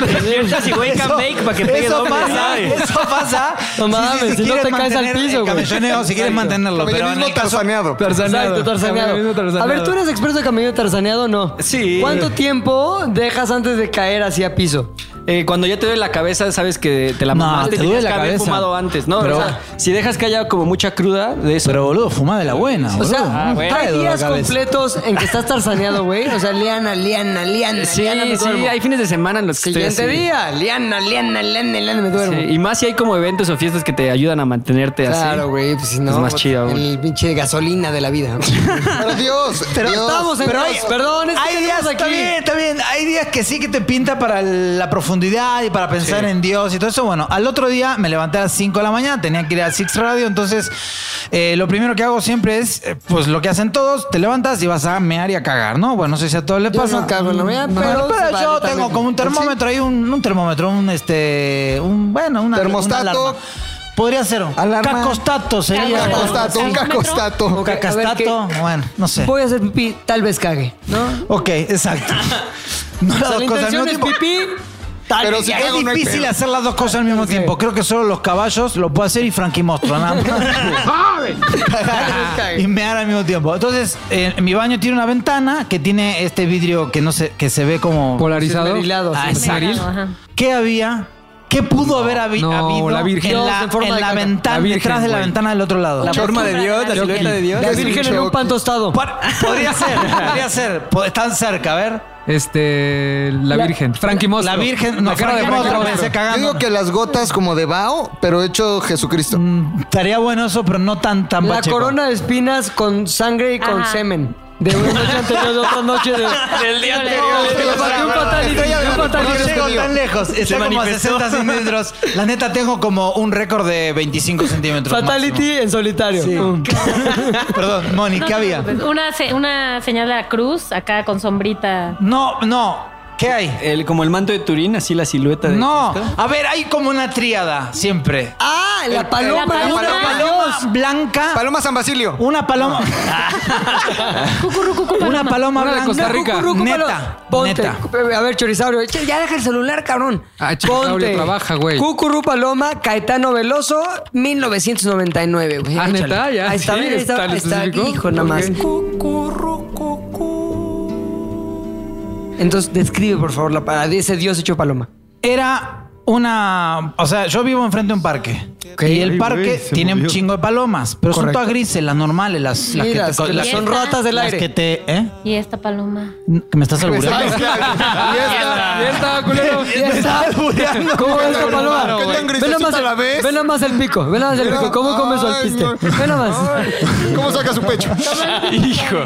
Despiertas y wake and bake para que pegue Eso doble, pasa, ¿sabes? eso pasa. No mames, si no quieres te caes al mantener piso, el güey. Camelloneo, si quieres mantenerlo. Pero en Camellonismo el caso- tarzaneado. Tarzaneado. Exacto, tarzaneado. Camellonismo A ver, ¿tú eres experto de camello tarzaneado o no? Sí. ¿Cuánto tiempo dejas antes de caer hacia piso? Eh, cuando ya te duele la cabeza, sabes que te la No, mamaste. te tenías duele la que haber cabeza. fumado antes, ¿no? Pero- o sea, si dejas que haya como mucha cruda de eso. Pero boludo, fuma de la buena. O boludo. sea, ah, No bueno. cae hay dolor de días cabeza. completos en que estás tarzaneado, güey. O sea, liana, liana, liana, sí, liana, me sí, duermo. hay fines de semana en los que estoy Siguiente así. día, liana, liana, liana, liana, me duermo. Sí, Y más si hay como eventos o fiestas que te ayudan a mantenerte así. Claro, güey, pues si no. Es más chido, güey. El pinche gasolina de la [laughs] vida. Pero Dios, Pero Dios. estamos en Pero Dios, perdón, es que Hay días, tenemos está aquí. bien, está bien. Hay días que sí que te pinta para la profundidad y para pensar en Dios y todo eso. Bueno, al otro día me levanté a las 5 de la mañana, tenía que ir a Six Radio, entonces eh, lo primero que hago siempre es, eh, pues lo que hacen todos, te levantas y vas a mear y a cagar, ¿no? Bueno, no sé si a todos les Yo pasa. no cago en la mañana, No, pero se vale yo también. tengo como un termómetro ahí, un, un termómetro, un este, un, bueno, una Termostato. una alarma. Podría ser. un Alarma. Cacostato sería. Un cacostato, un ¿Algímetro? cacostato. Un cacastato. Ok, a ver, ¿qué? Bueno, no sé. Voy a hacer pipí, tal vez cague, ¿no? Ok, exacto. No las O sea, dos la cosas al intención mismo es tiempo. pipí. Tal Pero vez. si es cago, no hay difícil pedo. hacer las dos cosas al mismo tiempo. Creo que solo los caballos lo puede hacer y Frankie Mostro, nada más. [laughs] y mear al mismo tiempo. Entonces, eh, mi baño tiene una ventana que tiene este vidrio que no se, que se ve como. Polarizado. Esmerilado, sí. Ah, Negro, esmeril. ajá. ¿Qué había? ¿Qué pudo haber habi- no, habido la Virgen. en la, En forma en de la caca. ventana, La Virgen, detrás de la güey. ventana del otro lado? La Chorma de postura Dios, la Virgen. silueta de Dios. La virgen en un pan tostado. Pa- podría ser, podría ser. Po- Están cerca, a ver. Este. La Virgen. Frankie Mostro. La Virgen, no, La cara de Frankie Frankie Mostro, Mostro. pensé Yo cagando. digo que las gotas como de Bao, pero hecho Jesucristo. Mm. Estaría bueno eso, pero no tan tan La pacheco. corona de espinas con sangre y con Ajá. semen. De una noche anterior, de otra noche de... El día Pero para que un fatality, Estrella de un la fatality. No Dios llego mío. tan lejos, está como a manifestó. 60 centímetros. La neta, tengo como un récord de 25 centímetros. Fatality en solitario. Mm. máximo. [laughs] Perdón, Moni, No ¿qué te había? preocupes. Una, se- una señal de la cruz acá con sombrita. No, no. ¿Qué hay? El, como el manto de Turín, así la silueta de No. Cristo. A ver, hay como una tríada siempre. Ah, la paloma. la paloma. Una paloma blanca. Paloma San Basilio. Una paloma. Cucurru, cucu, Una paloma. paloma Una de blanca. Costa Rica. Cucurruco, Neta, palo- Ponte. neta. A ver, Chorizaurio. che, Ya deja el celular, cabrón. Ah, Chorizaurio trabaja, güey. Cucurú Paloma, Caetano Veloso, 1999, güey. Ah, Eh, Échale. neta, ya, Ahí está, sí, ahí está, ¿está ahí está. específico? Hijo, nada más. Ok. Entonces, describe, por favor, la palabra. Ese Dios hecho paloma. Era una. O sea, yo vivo enfrente de un parque. y el Ay, parque güey, se tiene un movió. chingo de palomas, pero son Correcto. todas grises, las normales, las, las Sí, que las te. que las- son ¿Y esta? ratas del las que aire. te. ¿Eh? Y esta paloma. ¿Que ¿Me estás albureando? Ya está, [laughs] culero. está albureando. ¿Cómo es la paloma? ¿Qué tan Ve grisecita nada más la ves? Ve nada más el pico. Ve nada más el Mira, pico. ¿Cómo come su ay, alpiste? no. Ve nada más. Ay, ¿Cómo saca su pecho? Hijo.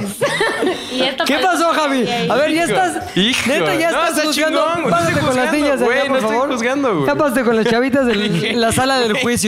Y esta ¿Qué paloma. pasó, Javi? A ver, ya estás. Hijo. Neta, ya No, estás está juzgando. chingón, güey. No Pásate estoy con las juzgando, niñas de güey, acá, no por estoy favor. juzgando, güey. Ya pásate con las chavitas de la sala del juicio.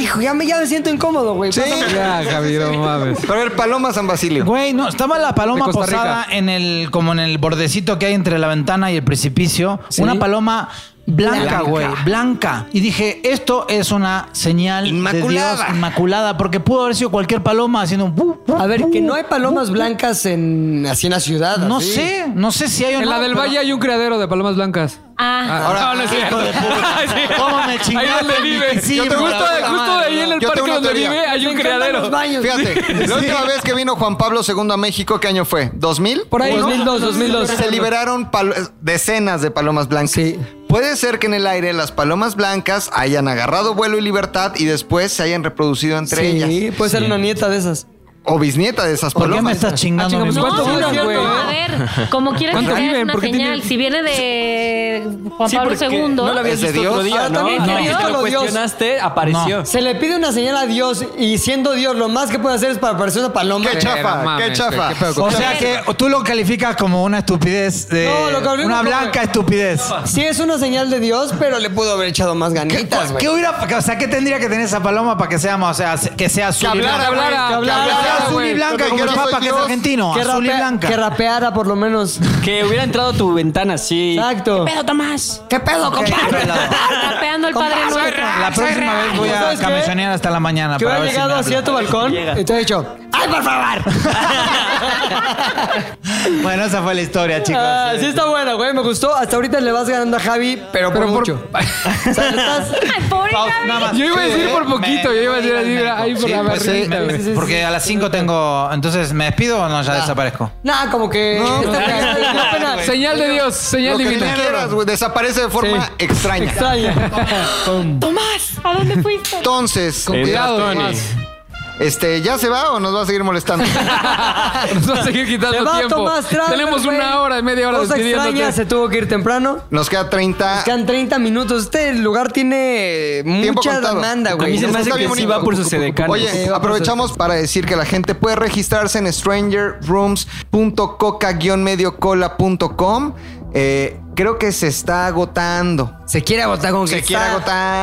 Hijo, ya me, ya me siento incómodo, güey. Sí. Pásame. Ya, Javi, no mames. Pero a ver, Paloma San Basilio. Güey, no, estaba la paloma De Costa Rica. posada en el, como en el bordecito que hay entre la ventana y el precipicio. Una paloma blanca, Blanca. güey, blanca. Y dije, esto es una señal Inmaculada. de Dios inmaculada, porque pudo haber sido cualquier paloma haciendo un bu, bu, A ver, que no hay bu. palomas blancas en, así en la ciudad. No así. sé, no sé si hay o no. En la del pero- Valle hay un criadero de palomas blancas. Ah, Ahora, no, no es cierto. [laughs] Ah, ¿Cómo me Ahí chingaste donde el vive. misticismo? Yo te- justo puta justo madre, ahí en el yo parque tengo una donde teoría. vive hay Me un encantan criadero. los baños. Fíjate, la última vez que vino Juan Pablo II a México, ¿qué año fue? ¿2000? Por ahí, Uno. 2002, 2002. Se liberaron palo- decenas de palomas blancas. Sí. Puede ser que en el aire las palomas blancas hayan agarrado vuelo y libertad y después se hayan reproducido entre ellas. Sí, puede ser una nieta de esas. O bisnieta de esas ¿Por qué me palomas. estás chingando? Ah, mi chingamos, no, ¿cuánto madre? duran, no, no, güey? a ver, como quieras que ¿Cuánto sea, es viven? una ¿Por qué señal. tienen- Si viene de Juan Pablo porque II, No lo habías ¿Es de visto otro Dios? día, Ah, ¿no? también No, tiene que Dios. lo cuestionaste, apareció. No. Se le pide una señal a Dios y siendo Dios, lo más que puede hacer es para parecer una paloma. Qué Pero chafa, mames, qué chafa. güey, qué pedo con- O sea que tú lo calificas como una estupidez, de- No, lo califico una como- blanca estupidez. Sí, es una señal de Dios, pero le pudo haber echado más ganitas, güey. ¿Qué hubiera, o sea, qué tendría que tener esa paloma para que sea, o sea, que sea azul y hablara, blanca? hablara, que que hablara, hablara, azul y güey. blanca, Porque como el yo no soy papa que es Dios. argentino, Que azul y rapea- blanca. Que rapeara, por lo menos. Que hubiera entrado a tu ventana así. Exacto. ¿Qué pedo, Tomás? ¿Qué pedo, compadre? [laughs] Rapeando el Padre Nuestro. la próxima vez voy a ¿Sabes qué? camisonear hasta la mañana Que para hubiera ver si me llegado habla. así a tu balcón Llega. y te ha dicho, ¡ay, por favor! [laughs] Bueno, esa fue la historia, chicos. Ah, sí está buena, güey, me gustó. Hasta ahorita le vas ganando a Javi, pero por Pero por- [laughs] mucho. O sea, le estás- Ay, pobre Pausa, nada más. Yo iba a decir por eh, poquito, yo iba a decir así, mira, ahí por Sí, la pues sí, barrita, me- güey. sí, sí, Porque sí. a las 5 tengo. Entonces, ¿me despido o no? Ah. Ya desaparezco. Nah, como que... esta- esta pena- Señal de Dios, señal Lo que tú divina. quieras, güey, desaparece de forma Sí. extraña. Extraña. Tomás, ¿a dónde fuiste? Entonces, Con eh, cuidado, Tony. Tomás. este, ¿ya se va o nos va a seguir molestando? Nos va a seguir Se quitando va, tiempo. Tomás Traver, Tenemos güey. una hora y media hora Cosa extraña, despidiéndote. se tuvo que ir temprano. Nos queda 30. Quedan 30 minutos. Este lugar tiene Tiempo mucha contado. demanda, A güey. mí se me hace Está que bien sí bonito. va por sus edecanes. Sí, Oye, va por aprovechamos para decir que la gente puede registrarse en strangerrooms.coca-mediocola.com. Eh, creo que se está agotando. Se quiere agotar con que Se quiere está-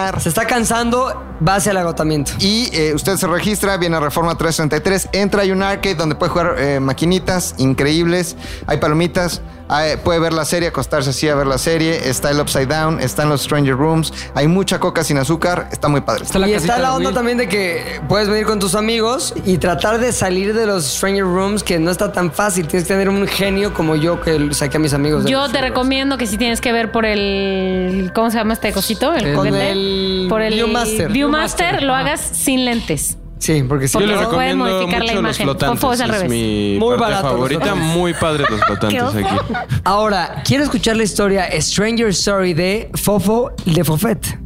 agotar. Se está cansando, va hacia el agotamiento. Y eh, usted se registra, viene a Reforma 333, entra hay un arcade donde puede jugar eh, maquinitas increíbles, hay palomitas, hay- puede ver la serie, acostarse así a ver la serie, está el Upside Down, están los Stranger Rooms, hay mucha coca sin azúcar, está muy padre. la y casita está de la onda Will. también de que puedes venir con tus amigos y tratar de salir de los Stranger Rooms, que no está tan fácil. Tienes que tener un genio como yo que saqué a mis amigos. de Yo los Stranger te Rooms. recomiendo que si tienes que ver por el. ¿Cómo se llama este cosito? El Con juguete. el por el Viewmaster. Viewmaster, lo hagas sin lentes. Sí, porque sí. Porque Yo les se puede recomiendo modificar la mucho los imagen. flotantes. Fofos al es revés. mi Muy parte barato los favorita. flotantes. Muy padres los [laughs] flotantes Qué aquí. Ahora, quiero escuchar la historia Stranger Story de Fofo y de Fofet.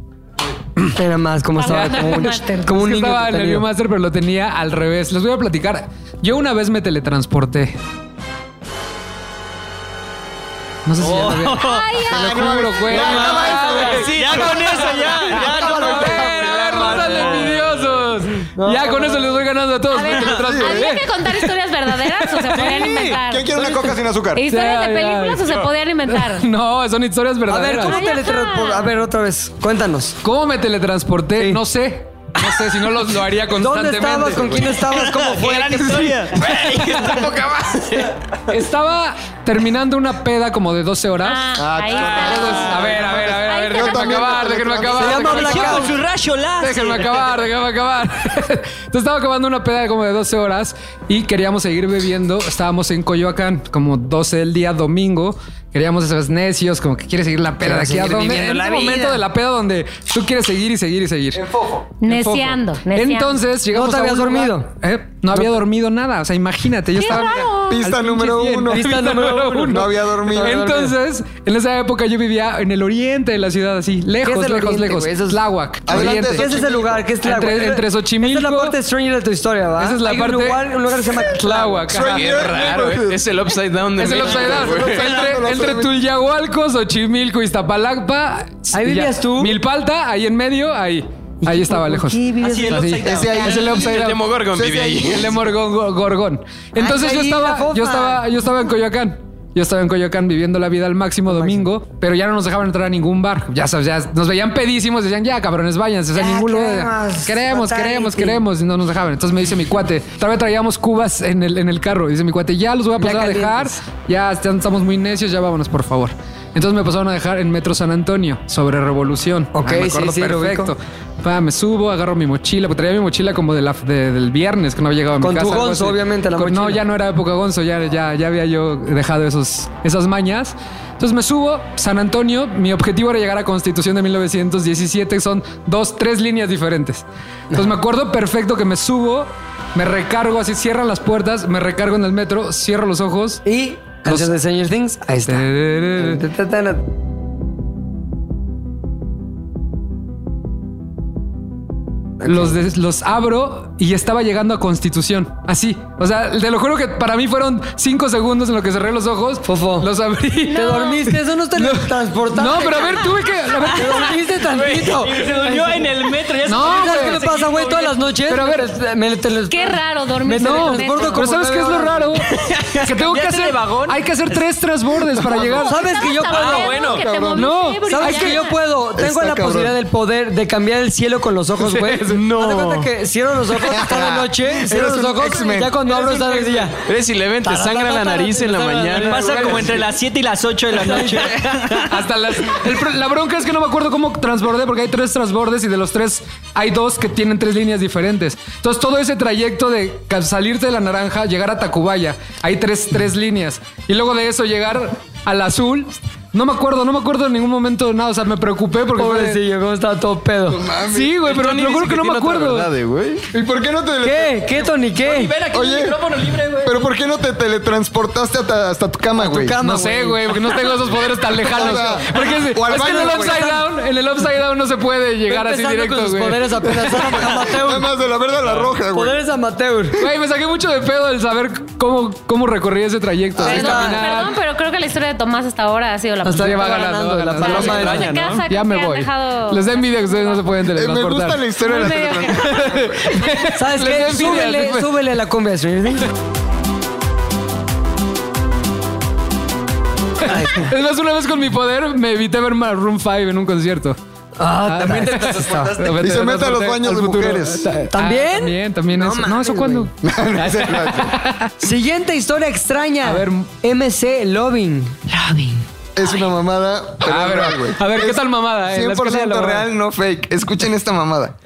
Era más, como estaba como un, como Es un que niño. estaba en el entretenido. Viewmaster, pero lo tenía al revés. Les voy a platicar. Yo una vez me teletransporté. No sé si ya lo vi. Te lo juro, güey. Ya, No acaba mames, esto, güey. güey. Ya con eso, ya, ya [laughs] no A ver, a ver, no sean envidiosos. ya con eso les voy ganando a todos. A Me [laughs] ver, teletransporté. ¿había que contar historias verdaderas o se podían inventar? ¿Quién quiere una coca sin azúcar? ¿Historias Sí, de ya, películas o se podían [laughs] inventar? No, son historias A ver, verdaderas. ¿cómo Ay, ajá. teletransportar? A ver, otra vez, cuéntanos. ¿Cómo me teletransporté? No sé. No sé, si no lo, lo haría ¿Dónde constantemente. estabas? ¿Con quién estabas? ¿Cómo fue? gran historia. Estaba terminando una peda como de 12 horas. Ah, ahí Todos- está. a ver, a ver, a ver, a Ahí ver, está. déjenme acabar, déjenme acabar. Se llama déjenme acabar. blackout. Con su rayo láser. Déjenme acabar, déjenme acabar. [laughs] Entonces estaba acabando una peda de como de 12 horas y queríamos seguir bebiendo. Estábamos en Coyoacán, como 12 del día domingo. Queríamos esos necios, como que quieres seguir la peda de aquí a seguir donde. viviendo En la el momento vida. de la peda donde tú quieres seguir y seguir y seguir. Neciando, Fofo. neciando. Entonces llegamos ¿No te a habías un lugar- dormido? ¿Eh? No había dormido nada. O sea, imagínate, yo ¡Qué estaba. raro! Pista Al número pinche cien. uno. Pista número uno. No había dormido. Entonces, en esa época yo vivía en el oriente de la ciudad, así, lejos, ¿Qué es el lejos, oriente, lejos. güey? Eso es- Tláhuac, Adelante, oriente. ¿Qué es ese lugar? ¿Qué es Tláhuac? Entre- entre Xochimilco- Esa es la parte stranger de tu historia, ¿va? Esa es la Hay parte- Un lugar, un lugar que se [laughs] llama Tláhuac. Tláhuac, ajá. Qué raro. eh. Es el upside down de Es el México, upside down. güey. Entre, entre Tulyahualco, Xochimilco, Iztapalapa. Ahí y ya. vivías tú. Milpalta, ahí en medio, ahí. Ahí estaba lejos. Sí, vives- Así el Así. upside down. Ese ahí- Es el upside El down. Demogorgon Sí, sí, vive ahí. [laughs] El Demogorgon- Gorgón. Entonces Ay, yo ahí, la estaba, fofa. yo estaba, yo estaba en Coyoacán. Yo estaba en Coyoacán viviendo la vida al máximo domingo, pero ya no nos dejaban entrar a ningún bar. Ya sabes, ya nos veían pedísimos, decían, ya cabrones, váyanse. O sea, Ya, ningún lugar. queremos, Queremos, fatality. queremos, queremos. Y no nos dejaban. Entonces me dice mi cuate, tal vez traíamos cubas en el, en el carro. Dice mi cuate, ya los voy a Ya pasar a dejar. calientes. Ya están- estamos muy necios, ya vámonos, por favor. Entonces me pasaron a dejar en Metro San Antonio, sobre Revolución. Ok, Ah, me sí, acuerdo sí, lo ubico. perfecto. Pa, me subo, agarro mi mochila, porque traía mi mochila como de la, de- del viernes que no había llegado a mi Con tu casa, algo gonzo, así. obviamente, la No, mochila. ya no era época gonzo, ya, ya, ya había yo dejado esos, esas mañas. Entonces me subo, San Antonio, mi objetivo era llegar a Constitución de 1917, son dos, tres líneas diferentes. Entonces me acuerdo perfecto que me subo, me recargo así, cierran las puertas, me recargo en el metro, cierro los ojos. Y canción de Stranger Things, ahí está. Los, des- los abro y estaba llegando a Constitución. Así. O sea, te lo juro que para mí fueron cinco segundos en lo que cerré los ojos. Fofo. Los abrí. Te dormiste, eso no es teletransportarte. No, pero a ver, tuve que. a ver, Te dormiste tantito. Y se durmió en el metro. Ya se- No, ¿Sabes güey. qué me pasa, güey, todas las noches? Pero a ver, me tele- Qué raro Me dormir. en el metro. teletransporto como Pero ¿sabes qué es lo nueve horas. [laughs] raro? Que tengo que ¿Cambiaste de hacer. vagón? Hay que hacer tres transbordes [laughs] para llegar. ¿Sabes que yo Estabas puedo? tan bueno, que te cabrón. moviste, No, brillante. ¿Sabes que yo puedo? Tengo Está la cabrón. posibilidad del poder de cambiar el cielo con los ojos, güey. no. Haz de cuenta que cierro los ojos, está de noche, cierro Eres los un ojos, X-Men. y ya cuando abro está de día. Eres Eleven, te sangra la nariz en la mañana. Pasa como entre las 7 y las 8 de la noche. [laughs] Hasta las. el pro- la bronca es que no me acuerdo cómo transbordé, porque hay tres transbordes y de los tres hay dos que tienen tres líneas diferentes. Entonces, todo ese trayecto de ca- salirte de la naranja, llegar a Tacubaya, hay tres, tres líneas. Y luego de eso llegar al azul. No me acuerdo, no me acuerdo en ningún momento de nada. O sea, me preocupé pues, porque. fue de- Pobrecillo, cómo está todo pedo. Pues, Sí, güey, pero te lo juro que no me acuerdo. ¿Y por qué no te ¿Qué? ¿Qué, Tony? ¿Qué? Oye, pero ¿por qué no te teletransportaste hasta, hasta tu cama, güey? cama, No sé, güey, porque no tengo esos poderes tan lejanos. [laughs] O sea, Porque es, o al es que en el baño, güey. upside down, en el upside down no se puede llegar así Empezando con directo, sus güey. poderes apenas son Nada amateur. más de la verde a la roja, güey. Eh, Poderes amateur. Güey, me saqué mucho de pedo el saber cómo, cómo recorrí ese trayecto. Ahí Sin Perdón, está. caminar. perdón, pero creo que la historia de Tomás hasta ahora ha sido la Hasta Ya ahí va va ganando, ganando de la ganando. paloma Desde extraña, casa, creo Ya que me han voy. dejado- Les da envidia que ustedes no se pueden Eh, me gusta teletransportar. [laughs] la historia de Muy la mediocre. teletransportación. ¿Sabes Les qué? envidia, les Súbele, envidia. súbele la cumbia, Stranger Things. Ay, Es más, una vez con mi poder me evité ver Maroon 5 en un concierto. Ah, también te transportaste. Me Y se mete a los teletransporté baños al de futuro. mujeres. Ah, ¿También? También, también No eso. no, mames, ¿eso cuándo? [laughs] Siguiente historia extraña. A ver. MC Loving. Es una mamada. pero A es ver, real, güey. a ver, ¿qué Es tal mamada, eh? La escala de la 100% mamada. real, no fake. Escuchen esta mamada.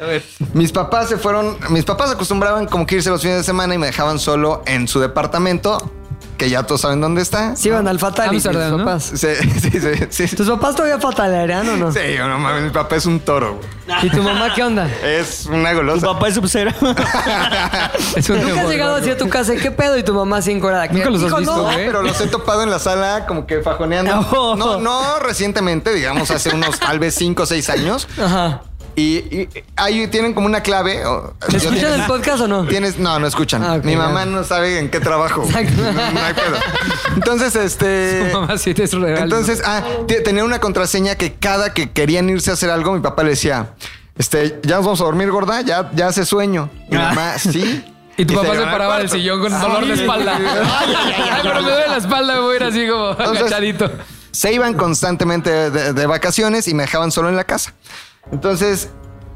Mis papás se fueron, mis papás acostumbraban como que irse los fines de semana y me dejaban solo en su departamento, que ya todos saben dónde está. Sí, van al fatal. Amsterdam, tus ¿no? papás. Sí, sí, sí. sí, [laughs] sí. ¿Tus papás todavía fatalerían o no? Sí, yo no mames, mi papá es un toro, güey. ¿Y tu mamá qué onda? Es una Tu golosa. papá es sub-zero. [laughs] Es un Nunca has demonio. llegado así a tu casa. ¿Qué pedo? Y tu mamá así encuerada. Nunca los has Hijo, visto, no. güey. Pero los he topado en la sala como que [laughs] fajoneando. Oh. No. No, no recientemente, digamos hace unos tal vez 5 o 6 años. Ajá. Y, y ahí tienen como una clave. o- yo ¿Escuchan tengo- el podcast o no? Tienes, no, no escuchan. Ah, ok, Mi mamá ya. no sabe en qué trabajo. Exacto. [laughs] No, no hay pedo. Entonces, este. Mamá, sí, es real. Entonces, ah, te- tenía una contraseña que cada que querían irse a hacer algo, mi papá le decía, este, ya nos vamos a dormir, gorda, ya, ya hace sueño. Mi mamá, sí. Ah. [laughs] Y tu papá iban se al paraba del cuarto. sillón con dolor de espalda. [laughs] Ay, pero me duele la espalda, voy a ir así como Entonces- agachadito. Se iban constantemente de, de- de vacaciones y me dejaban solo en la casa. Entonces,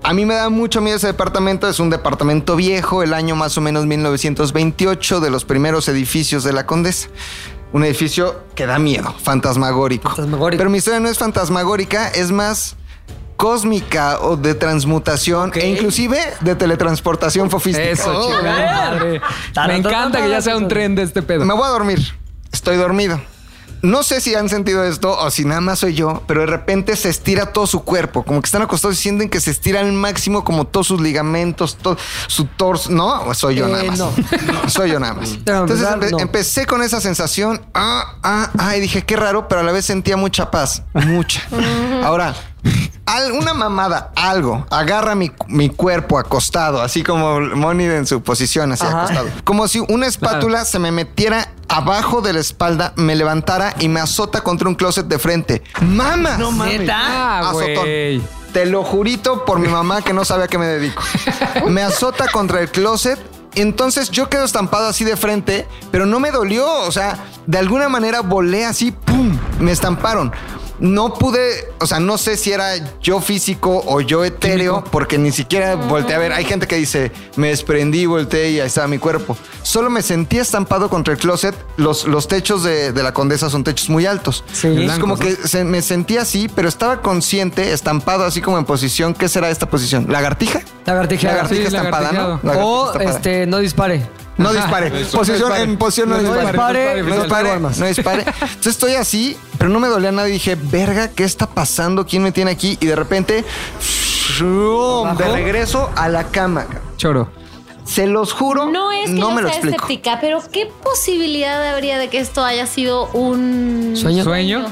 a mí me da mucho miedo ese departamento. Es un departamento viejo, el año más o menos 1928, de los primeros edificios de la Condesa. Un edificio que da miedo, fantasmagórico. Fantasmagórico. Pero mi historia no es fantasmagórica, es más cósmica o de transmutación e inclusive de teletransportación fofística. Eso, chingada madre. Me encanta que ya sea un tren de este pedo. Me voy a dormir. Estoy dormido. No sé si han sentido esto o si nada más soy yo, pero de repente se estira todo su cuerpo. Como que están acostados y sienten que se estira al máximo como todos sus ligamentos, todo su torso. No, ¿O soy yo Eh, nada más. no. [laughs] Soy yo nada más. No, Entonces ¿verdad? empe- No. empecé con esa sensación. Ah, ah, ah. Y dije, qué raro, pero a la vez sentía mucha paz. Mucha. Ahora, alguna mamada, algo, agarra mi, mi cuerpo acostado, así como Moni en su posición, así Ajá. acostado. Como si una espátula se me metiera abajo de la espalda, me levantara y me azota contra un closet de frente. ¡Mama! No Ah, Azotón. güey. Te lo jurito por mi mamá que no sabe a qué me dedico. Me azota contra el closet. Entonces yo quedo estampado así de frente, pero no me dolió. O sea, de alguna manera volé así, ¡pum! Me estamparon. No pude, o sea, no sé si era yo físico o yo etéreo, porque ni siquiera volteé a ver. Hay gente que dice, me desprendí, volteé y ahí estaba mi cuerpo. Solo me sentí estampado contra el closet. Los, los techos de, de la condesa son techos muy altos. Sí. es como que se- me sentí así, pero estaba consciente, estampado así como en posición. ¿Qué será esta posición? ¿Lagartija? Lagartija. Lagartija sí, estampada, ¿no? lagartijado. Lagartija O estampada. este, no dispare. No dispare. Posición, En posición no, No dispare, dispare. No dispare. armas. No dispare. Entonces estoy así, pero no me dolía nada. Y dije, verga, ¿qué está pasando? ¿Quién me tiene aquí? Y de repente, shroom, de regreso a la cama. cabrón. Choro. Se los juro, No es que no yo me lo sea explico. escéptica, pero ¿qué posibilidad habría de que esto haya sido un Sueño. ¿Sueño?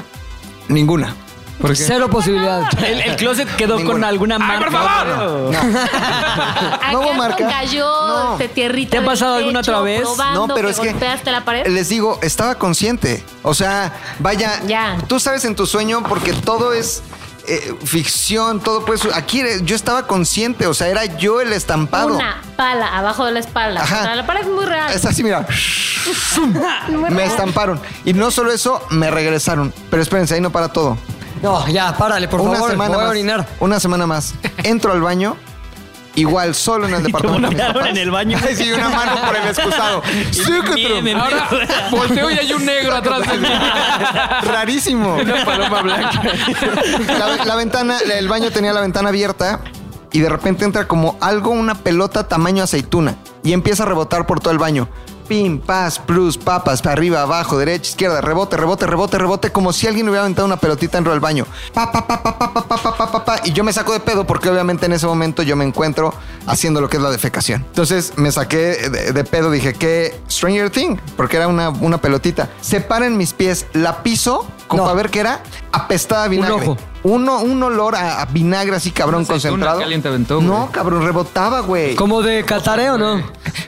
Ninguna. ¿Por qué? Cero posibilidad. [laughs] El, el closet quedó con Ninguna. alguna marca. por favor! pero- ¿Acaso No hubo marca. cayó No. de tierrita? ¿Te ha del pasado alguna techo, otra vez? probando No, pero es que- golpeaste la pared? Les digo, estaba consciente. O sea, vaya, Ya. tú sabes en tu sueño porque todo es eh, ficción, todo pues aquí eres- yo estaba consciente, o sea, era yo el estampado. Una pala abajo de la espalda. Ajá. O sea, La pared es muy real. Es así, mira. Muy Me real. estamparon. Y no solo eso, me regresaron. Pero espérense, ahí no para todo. No, ya, párale, por una favor. semana voy más. a orinar. Una semana más. Entro al baño. Igual, [laughs] solo en el departamento. de mis golpearon papás. en el baño. [laughs] Ay, sí, una mano por el [laughs] excusado. Sí, que Bien, tru- bien. Ahora [laughs] volteo y hay [laughs] un negro atrás de mí. Rarísimo. Una paloma blanca. la, la ventana, el baño tenía la ventana abierta y de repente entra como algo, una pelota tamaño aceituna y empieza a rebotar por todo el baño. Pim, pas, plus, papas, para arriba, abajo, derecha, izquierda, rebote, rebote, rebote, rebote, como si alguien hubiera aventado una pelotita dentro del baño. Pa, pa, pa, pa, pa, pa, pa, pa, pa, pa, pa, y yo me saco de pedo porque obviamente en ese momento yo me encuentro haciendo lo que es la defecación. Entonces me saqué de, de pedo, dije, ¿qué? Stranger Thing, porque era una, una pelotita. Separen mis pies, la piso, como No. a ver qué era, apestada a vinagre. ojo. Un uno, un olor a, a vinagre así, cabrón, concentrado. caliente aventó, güey. No, cabrón, rebotaba, güey. ¿Como de Catare o no?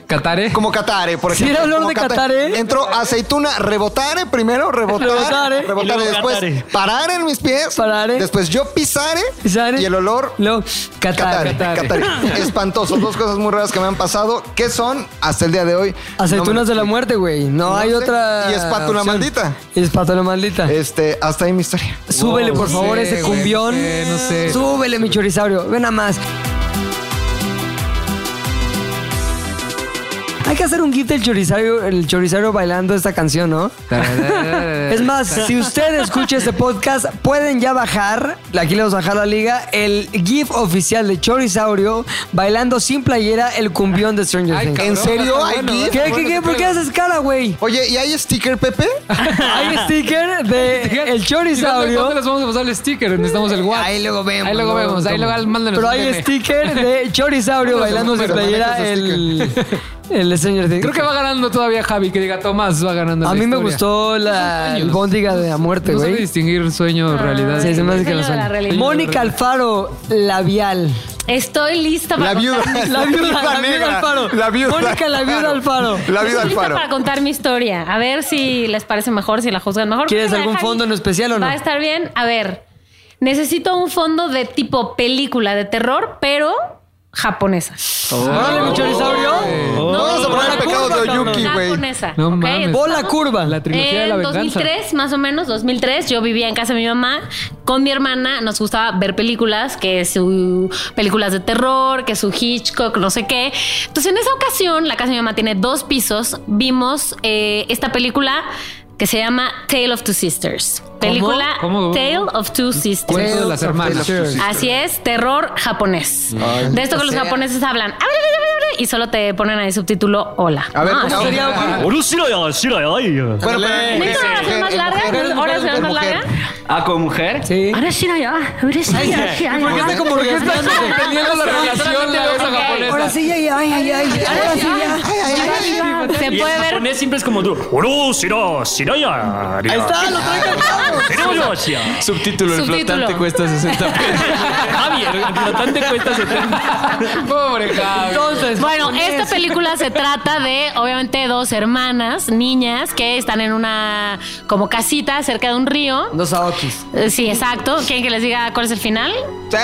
¿Catare? Como Catare, por Sí, ejemplo. era olor como de Catare. Entró aceituna, rebotare primero, rebotare, Rebotare. rebotare, Y luego después Catare. parar en mis pies, Parare. después yo pisare, ¿eh? Pisare. y el olor Luego, Catare. Catare, Catare. [laughs] Espantoso, dos cosas muy raras que me han pasado, que son hasta el día de hoy. Aceitunas de la muerte, güey. No, No hay sé. otra. Y espátula opción. maldita. Y espátula maldita. Este, hasta ahí mi historia. Súbele, por no favor, sé, ese güey, cumbión. no sé, no sé. Súbele, mi chorizaurio. Ven a más. Hay que hacer un gif del chorizaurio, el chorizaurio bailando esta canción, [laughs] ¿no? Es más, si usted escucha este podcast, pueden ya bajar, aquí le vamos a bajar la liga, el GIF oficial de Chorizaurio bailando sin playera el cumbión de Stranger Ay, Things. cabrón, ¿En serio? está ¿Hay bueno, GIF? está ¿Qué, qué, bueno, qué? está ¿Por qué bueno. este haces cara, güey? Oye, ¿y hay sticker, Pepe? Hay sticker [laughs] de el ¿Y ¿Dónde Chorizaurio. les vamos a pasar el sticker? Necesitamos el WhatsApp. Ahí luego vemos. Ahí luego ¿no? vemos. Ahí luego mándenos Pero un hay meme. sticker [laughs] de Chorizaurio Mándanos bailando un sin número, playera manejas el, el Stranger Things. Creo que va ganando todavía Javi, que diga Tomás va ganando. A la mí me historia. gustó la sueños. góndiga de la muerte, No sabe güey. distinguir sueño o realidad. Sí, se me hace que lo Sueño de la sabe. realidad. Mónica Alfaro, labial. Estoy lista [laughs] para La viuda. contar mi- La viuda, la negra. viuda Alfaro. La viuda. Mónica, la viuda Alfaro. Alfaro. La vida Estoy al lista faro. para contar mi historia. A ver si les parece mejor, si la juzgan mejor. ¿Quieres Creo que la algún de Javi fondo en especial o no? Va a estar bien. A ver, necesito un fondo de tipo película de terror, pero japonesa. Órale, mi chorizaurio. No, vamos a digo, poner el la pecado curva, de Oyuki, cabrón. güey. japonesa. Oh. No ¿ok? mames. Entonces, Bola curva. La trilogía de la en venganza. 2003, más o menos, 2003, yo vivía en casa de mi mamá. Con mi hermana nos gustaba ver películas, que su películas de terror, que su Hitchcock, no sé qué. Entonces, en esa ocasión, la casa de mi mamá tiene dos pisos. Vimos eh, esta película que se llama Tale of Two Sisters. Película ¿Cómo? Tale of Two Sisters. Cuento de las hermanas. Así es, terror japonés. de esto que los japoneses hablan y solo te ponen ahí subtítulo hola. Ah, A ver, pues, No, ¿cómo así. sería? Bueno, pero- ¿No hay horas más largas? mujer, ¿No horas mujer, más mujer. largas? Ah, con mujer. Sí. Ahora sí, ya. ah, Ahora sí, ya. ¿Por qué está como regañándose? Teniendo la relación la esa japonesa. Ahora sí, ya, ya, ay, ay, ay. Ahora sí, ya. Se Y puede en ver. japonés siempre es como tú. Uru, shiro, shiro, ya. Ahí Está, lo trae cantado. Subtítulo, el Subtítulo. flotante cuesta 60 pesos. Javier, el flotante cuesta 70. Pobre Javi. Entonces, Pues Bueno, japonés. esta película se trata de, obviamente, dos hermanas, niñas, que están en una como casita cerca de un río. Dos aokis. Eh, Sí, exacto. ¿Quieren que les diga cuál es el final? Sí. Bueno, pues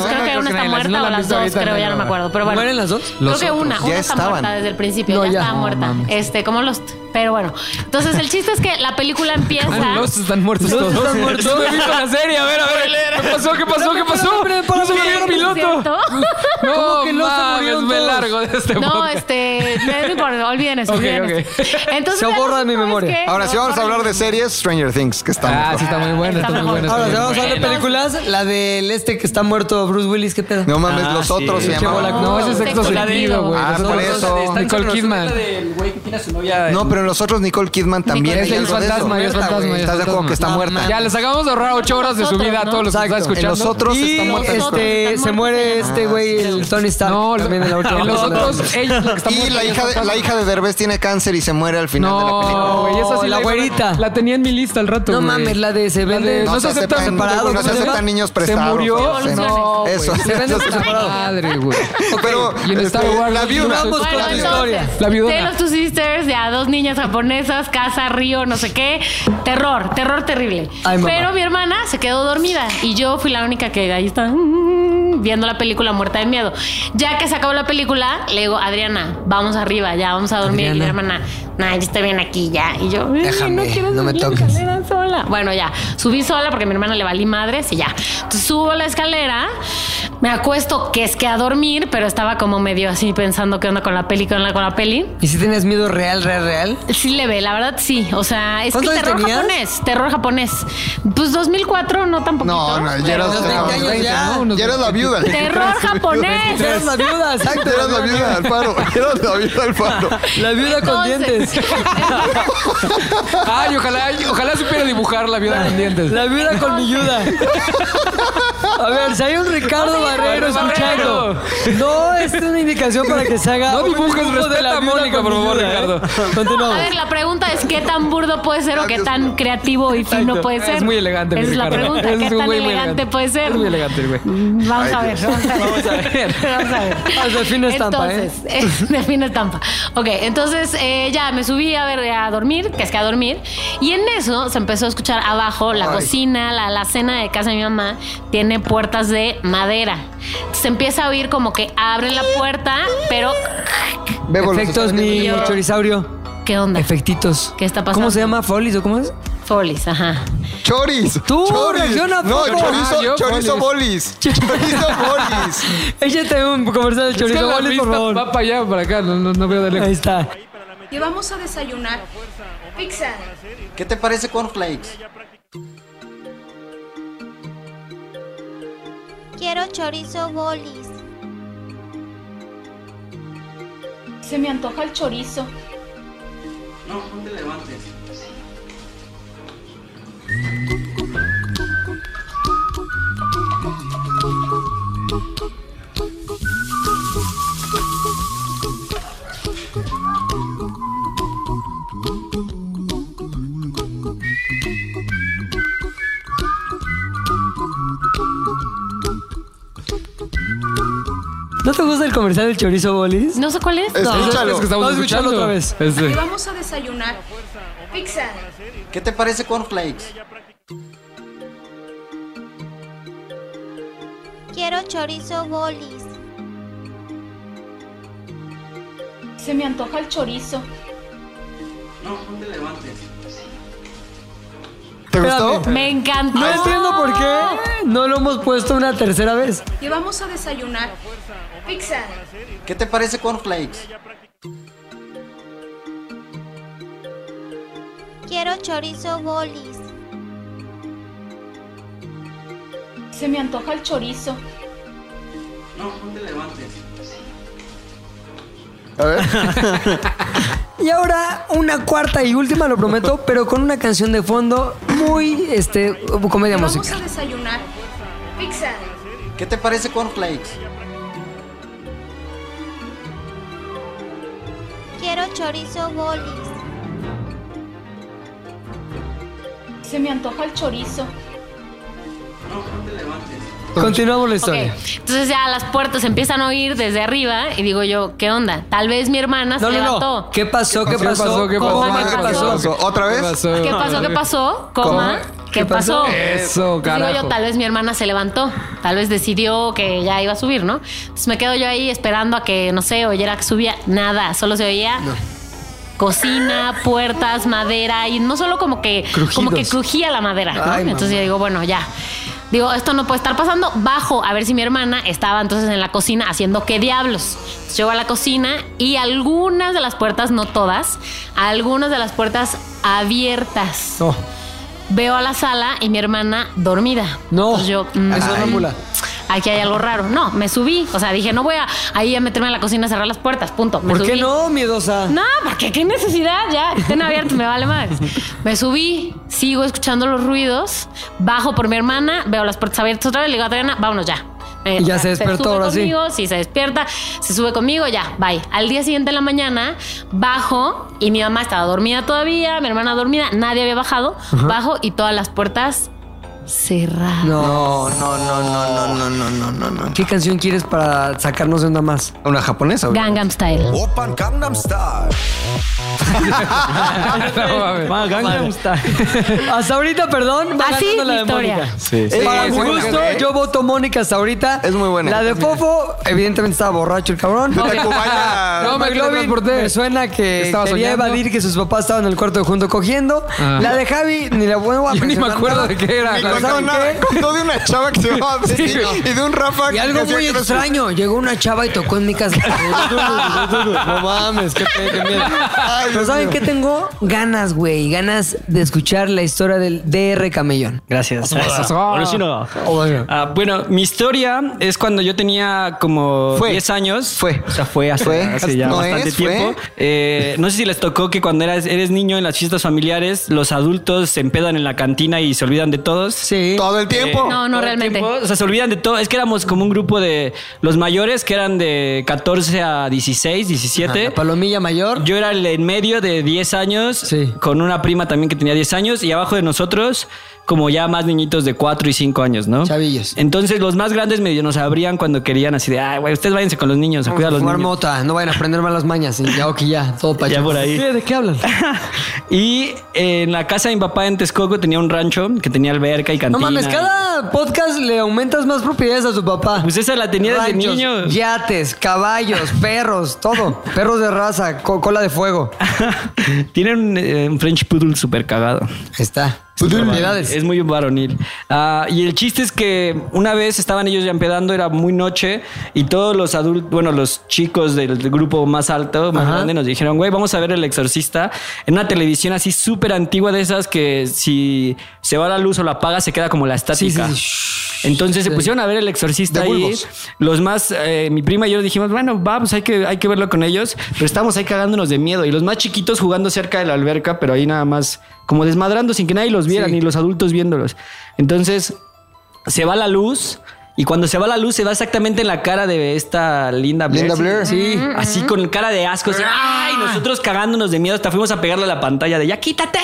Bueno, creo que una está nadie las- muerta no la o han las visto dos, ahorita, creo, no, ya no me no. acuerdo. Pero bueno. ¿Mueren las dos? Creo Los que otros, una, ya una está estaban. muerta desde el principio, No, ya, ya. estaba No, muerta. mames. Este, como Lost. Pero bueno. Entonces el chiste es que la película empieza. Ah, Los están muertos Los todos. están muertos. No he visto la serie. A ver, a ver. ¿Qué pasó? ¿Qué pasó? ¿Qué pasó? Espérame, espérame, No se murió el espérame, piloto. ¿Cierto? [laughs] No, ¿Cómo que no se mames, murieron me todos? largo de este No, podcast. este, no importa, olviden eso. [laughs] Ok, olviden ok. eso. Entonces, Se el borra de mi asunto es memoria. que- Ahora sí vamos a hablar de series, Stranger Things, que está Ah, mejor. sí, está muy bueno, Está está muy mejor. bueno. Ahora, está si muy vamos a hablar de Bueno. películas, la del este que está muerto Bruce Willis, ¿qué pedo? No mames, Ah, los sí. otros se Qué llamaban. bola- No, ese es sexto Sexto sentido, sentido. güey. Ah, Los por otros- eso. Nicole Kidman. del güey que tiene a su novia. en- No, pero en los otros Nicole Kidman también. Es hay el algo de eso. fantasma, ya es Muerta, fantasma. güey. ya es ¿Estás de acuerdo fantasma. que está No, muerta? Ya les acabamos de ahorrar ocho horas de su Nosotros, vida a ¿no? todos los que nos están Exacto. escuchando. En los otros Y está muerta. este, Está se muerta. muere este güey, el Tony Stark. No, también en la última. en los película. otros, ella es la que está Y muerta, la ella es hija, de, fantasma. la hija de Derbez tiene cáncer y se muere al final de la película. No, güey, esa sí La iba- güerita. La tenía en mi lista al rato. No güey. mames, la de se La de- vende. No se aceptan- separado. no ¿cómo se llama? aceptan niños prestados. Se murió. Se- No, güey. Eso. Se venden Eso- por separado. Madre, güey. Pero Y en Star este, Wars, la viuda. Duramos con la Bueno, entonces, historia. La viuda. Tale of Two Sisters, ya dos niñas japonesas, casa, río, no sé qué. Terror, terror terrible. Ay, mamá. Pero mi hermana se quedó dormida y yo fui la única que ahí está mm, viendo la película muerta de miedo. Ya que se acabó la película, le digo, Adriana, vamos arriba, ya vamos a dormir. Y mi hermana, nah, yo estoy bien aquí ya. Y yo, "Mm, "Ay, Déjame, no quiero Eh, no me subir la toques". escalera sola. Bueno, ya, subí sola porque a mi hermana le valí madres y ya. Entonces subo la escalera, me acuesto que es que a dormir, pero estaba como medio así pensando qué onda con la peli, qué onda con la peli. ¿Y si tienes miedo real, real, real? Sí le ve, la verdad sí. O sea, es que ¿Cuántos años terror tenías? japonés, terror japonés. Pues 2004, no tampoco. No, no, ya eras, Los 20 años ya. ya. eras la viuda. [laughs] Terror japonés. Eres la viuda, Exacto, exacto. eras la viuda del faro. Eras la viuda del [laughs] faro. La viuda con Entonces, dientes. Ay, ojalá, ojalá supiera dibujar la viuda con dientes. La viuda con mi viuda. A ver, si hay un Ricardo Barrero escuchando, no este es una indicación para que se haga. No un dibujes, dibujo de respeta la a viuda Mónica, con por favor, viuda, ¿eh? Ricardo. Continuamos. A ver, la pregunta es qué tan burdo puede ser o qué tan creativo y fino puede ser. Es muy elegante, mi Esa es la Ricardo. pregunta, Es qué un tan güey muy elegante elegante. puede ser. Es muy elegante el güey. Mm, Vamos a ver, vamos a ver. Vamos a ver. Al fin estampa, ¿eh? entonces, eh, [laughs] de fino estampa. Ok, entonces eh, ya me subí a ver eh, a dormir, que es que a dormir. Y en eso se empezó a escuchar abajo la Ay. cocina, la, la cena de casa de mi mamá tiene puertas de madera. Se empieza a oír como que abren la puerta, pero Bebo, los Efectos, mi Yo- chorisaurio. ¿qué onda? Efectitos. ¿Qué está pasando? ¿Cómo se llama? ¿Folis o cómo es? Folies, ajá. Choris. Tú, choris. reacciona No, poco. chorizo, Ah, yo, chorizo [laughs] bolis. Chorizo bolis. Échate un comercial de Es que chorizo, la Folis, por vista favor. va para allá, para acá. No, no- no veo de lejos. Ahí está. Y vamos a desayunar pizza. ¿Qué te parece Cornflakes? Quiero chorizo bolis. Se me antoja el chorizo. ¿No te gusta el comercial del chorizo, Bolis? No sé cuál es. Es- No. Escúchalo. Es que estamos Vamos a escucharlo escuchando otra vez. Y Este. vamos a desayunar pizza. ¿Qué te parece Cornflakes? Quiero chorizo bolis. Se me antoja el chorizo. ¿Te gustó? Espérame. Me encantó. No entiendo por qué no lo hemos puesto una tercera vez. Y vamos a desayunar pizza. ¿Qué te parece Cornflakes? Quiero chorizo bolis. Se me antoja el chorizo. A ver. Y ahora una cuarta y última, lo [laughs] prometo, pero con una canción de fondo muy, este, Y comedia vamos a musical. desayunar pizza. ¿Qué te parece Cornflakes? Quiero chorizo bolis. Se me antoja el chorizo. Continuamos la Ok, historia. Entonces ya las puertas empiezan a oír desde arriba y digo yo, ¿qué onda? Tal vez mi hermana No, se no, levantó. no. ¿Qué pasó? ¿Qué ¿Qué pasó? pasó? ¿Qué ¿Cómo? pasó? ¿Qué ¿Qué pasó? pasó? Oh, ¿Otra vez? [laughs] ¿Qué pasó? ¿Qué pasó? Coma. ¿Qué pasó? Eso, Entonces digo carajo. yo, tal vez mi hermana se levantó, tal vez decidió que ya iba a subir, ¿no? Entonces me quedo yo ahí esperando a que, no sé, oyera que subía. Nada, solo se oía cocina, puertas, madera y no solo como que como que crujía la madera, ¿no? Ay, mamá. entonces yo digo, bueno, ya. Digo, esto no puede estar pasando. Bajo a ver si mi hermana estaba entonces en la cocina haciendo qué diablos. Entonces, Llego a la cocina y algunas de las puertas, no todas, algunas de las puertas abiertas. No. Veo a la sala y mi hermana dormida. No. Entonces yo, mm, Es sonámbula. aquí hay algo raro. No, me subí. O sea, dije, no voy a ahí a meterme en la cocina a cerrar las puertas. Punto. Me ¿Por qué subí. no, miedosa? No, porque qué necesidad, ya, que estén abiertos, me vale más. Me subí, sigo escuchando los ruidos, bajo por mi hermana, veo las puertas abiertas otra vez, le digo a Adriana, vámonos ya. Eh, Y ya o sea, se despertó, sube ahora sí. conmigo, sí, se despierta, se sube conmigo, ya, bye. Al día siguiente en la mañana, bajo y mi mamá estaba dormida todavía, mi hermana dormida, nadie había bajado, bajo y todas las puertas cerradas. No. No, no, no, no, no, no, no, no, no. ¿Qué canción quieres para sacarnos de onda más? ¿Una japonesa? güey? Gangnam Style. Open Gangnam Style. No mames. Ah, Gangnam Style. Hasta ahorita, perdón, va Así ganando la mi de Mónica. historia. Sí. Sí, Para es mi buena, gusto, ¿eh? yo voto Mónica hasta ahorita. Es muy buena. La de Fofo, evidentemente estaba borracho el cabrón. [laughs] De Tacubaya. No, me McLovin, teletransporté. me suena que Estaba quería soñando. evadir que sus papás estaban en el cuarto junto cogiendo. Ah. La de Javi, ni la vuelvo [laughs] a Yo ni me mencionar acuerdo nada. de qué era. Me Javi. contó, ¿Saben una, qué? contó de una chava que se llamaba Betty y de un Rafa Y que algo hacía muy crossfit. extraño, llegó una chava y tocó en mi casa. No mames, qué, pe- qué miedo. Ay, Pero Dios ¿saben mío. qué tengo? Ganas, güey, ganas de escuchar la historia del DR Camellón. pues, Gracias. Ah. Orochino. Oh, Ah, bueno, mi historia es cuando yo tenía como Fue. 10 años. Fue. O sea, fue hace, Fue. hace ya No bastante es, fue. tiempo. Eh, no sé si les tocó que cuando eras, eres niño en las fiestas familiares, los adultos se empedan en la cantina y se olvidan de todos. Sí. Todo el tiempo. No, no, Todo el realmente. tiempo, o sea, se olvidan de todo. Es que éramos como un grupo de los mayores que eran de 14 a 16, 17. Ajá, la palomilla mayor. Yo era el en medio de 10 años con una prima también que tenía 10 años y abajo de nosotros como ya más niñitos de 4 y 5 años, ¿no? Chavillos. Entonces los más grandes medio nos abrían cuando querían así de, ay, güey, ustedes váyanse con los niños, a Vamos cuidar a a los fumar niños. mota, no vayan a aprender malas mañas. Y ya, ok, ya, todo para Ya por ahí. ¿De qué hablan? [laughs] Y eh, en la casa de mi papá en Texcoco tenía un rancho que tenía alberca y No cantina. mames, cada podcast le aumentas más propiedades a su papá. Pues esa la tenía desde Ranchos, niño. Yates, caballos, perros, todo. Perros de raza, co- cola de fuego. [laughs] Tienen un, eh, un French Poodle súper cagado. Está. Es muy varonil, Propiedades. Es muy varonil. Ah, y el chiste es que una vez estaban ellos ya empedando, era muy noche, y todos los adultos, bueno, los chicos del grupo más alto, más Ajá. grande, nos dijeron, güey, vamos a ver El Exorcista en una televisión así súper antigua de esas que si se va la luz o la apaga se queda como la estática. sí, Entonces se pusieron a ver El Exorcista De ahí. bulbos. Los más, eh, mi prima y yo dijimos, bueno, va, pues hay que, hay que verlo con ellos. Pero estábamos ahí cagándonos de miedo. Y los más chiquitos jugando cerca de la alberca, pero ahí nada más como desmadrando sin que nadie los viera, Sí. ni los adultos viéndolos. Entonces se va la luz. Y cuando se va la luz, se va exactamente en la cara de esta Linda Blair. Linda Blair. Sí. Así con cara de asco. así, ¡Ay! Nosotros cagándonos de miedo. Hasta fuimos a pegarle a la pantalla de ya quítate.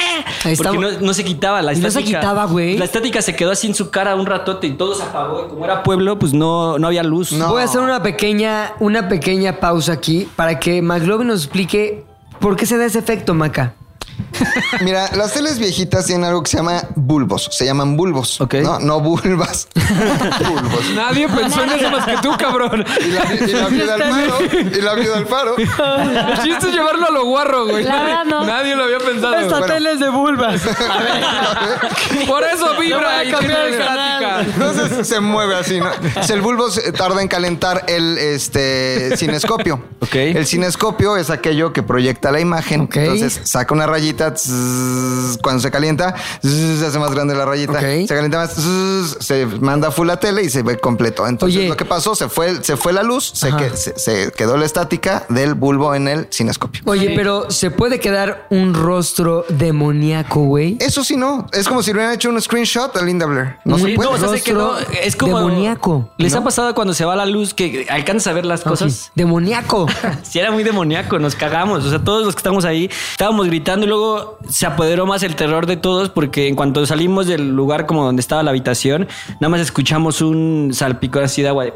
Ahí está. Porque no, no se quitaba la Y no se estática. quitaba, güey. La estática se quedó así en su cara un ratote y todo se apagó. Y como era pueblo, pues no, no había luz. Voy a hacer una pequeña, una pequeña pausa aquí para que McLovin nos explique por qué se da ese efecto, Maca. Mira, las teles viejitas tienen algo que se llama bulbos. Se llaman bulbos. Ok. No, no bulbas. bulbos. Nadie pensó en eso más que tú, [laughs] cabrón. Y la, vi- y la viuda al faro. Y la viuda al faro. El chiste es llevarlo a lo guarro, güey. La verdad, no. Nadie lo había pensado. Esta tele es de vulvas. [laughs] Por eso vibra y cambia de Entonces se mueve así, ¿no? Si el bulbo se- tarda en calentar el este, cinescopio. Ok. El cinescopio es aquello que proyecta la imagen. Ok. Entonces saca una rayita, tzz, cuando se calienta, tzz, se hace más grande la rayita. Ok. Se calienta más, tzz, se manda full la tele y se ve completo. Entonces Oye. lo que pasó, se fue, se fue la luz, se, que- se- se quedó la estática del bulbo en el cinescopio. Oye, pero ¿se puede quedar un rostro demoníaco, güey? Eso sí no, es como si le hubieran hecho un screenshot a Linda Blair. No se Sí, puede. no, o sea, se quedó. Rostro Es como. demoníaco, ¿Les ha pasado cuando se va la luz que alcanzas a ver las Ah, cosas? Sí, [laughs] Demoníaco. Si era muy demoníaco, nos cagamos. O sea, todos los que estamos ahí estábamos gritando y luego se apoderó más el terror de todos porque en cuanto salimos del lugar como donde estaba la habitación, nada más escuchamos un salpicón así de agua de.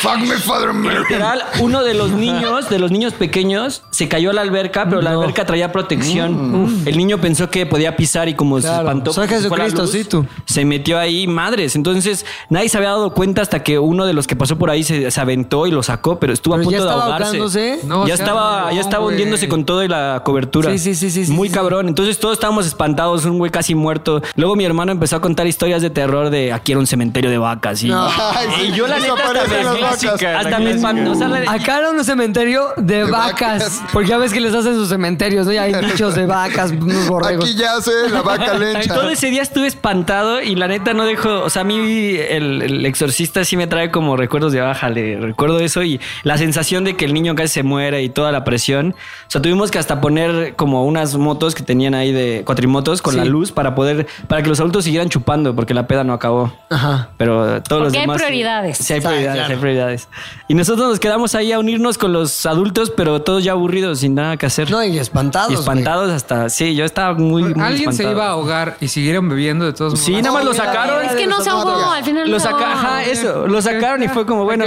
Fuck my father, man. Literal, uno de los niños, de los niños pequeños, se cayó a la alberca, pero la alberca traía protección. El niño pensó que podía pisar y como Mm. se Claro. espantó, Soy como si fuera Jesucristo, luz, sí, tú. se metió ahí, madres. Entonces, nadie se había dado cuenta hasta que uno de los que pasó por ahí se, se aventó y lo sacó, pero estuvo Pero a Pues ya punto de estaba ahogarse. ahogándose. No, ya o sea, estaba, no, ya estaba güey. hundiéndose con todo y la cobertura. Sí, sí, sí, sí, sí, Muy sí, sí. cabrón. Entonces todos estábamos espantados, un güey casi muerto. Luego mi hermano empezó a contar historias de terror de aquí era un cementerio de vacas y Ay, sí, y yo la eso neta aparecen hasta, las me- vacas. hasta me espantó. O sea, la- Acá era un cementerio de, De vacas, vacas. Porque ya ves que les hacen sus cementerios, ¿no? Y hay nichos de vacas, unos borregos. Aquí yace la vaca lecha. Todo ese día estuve espantado y la neta no dejo. O sea, a mí el, el exorcista sí me trae como recuerdos de baja. Le recuerdo eso y la sensación de que el niño casi se muere y toda la presión. O sea, tuvimos que hasta poner como unas motos que tenían ahí de cuatrimotos con la luz para poder, para que los adultos siguieran chupando porque la peda no acabó. Ajá. Pero todos los Porque hay demás. prioridades. Sí, hay prioridades, hay prioridades. Y nosotros nos quedamos ahí a unirnos con los adultos, pero todos ya aburridos, sin nada que hacer. No, y espantados. Y güey. espantados hasta. Sí, yo estaba muy. muy Alguien se espantado. iba a ahogar y siguieron bebiendo de todos modos. Sí, nada más lo sacaron. Es que no se ahogó, al final Lo no se ahogó. saca, ajá, eso. Lo sacaron y fue como, bueno,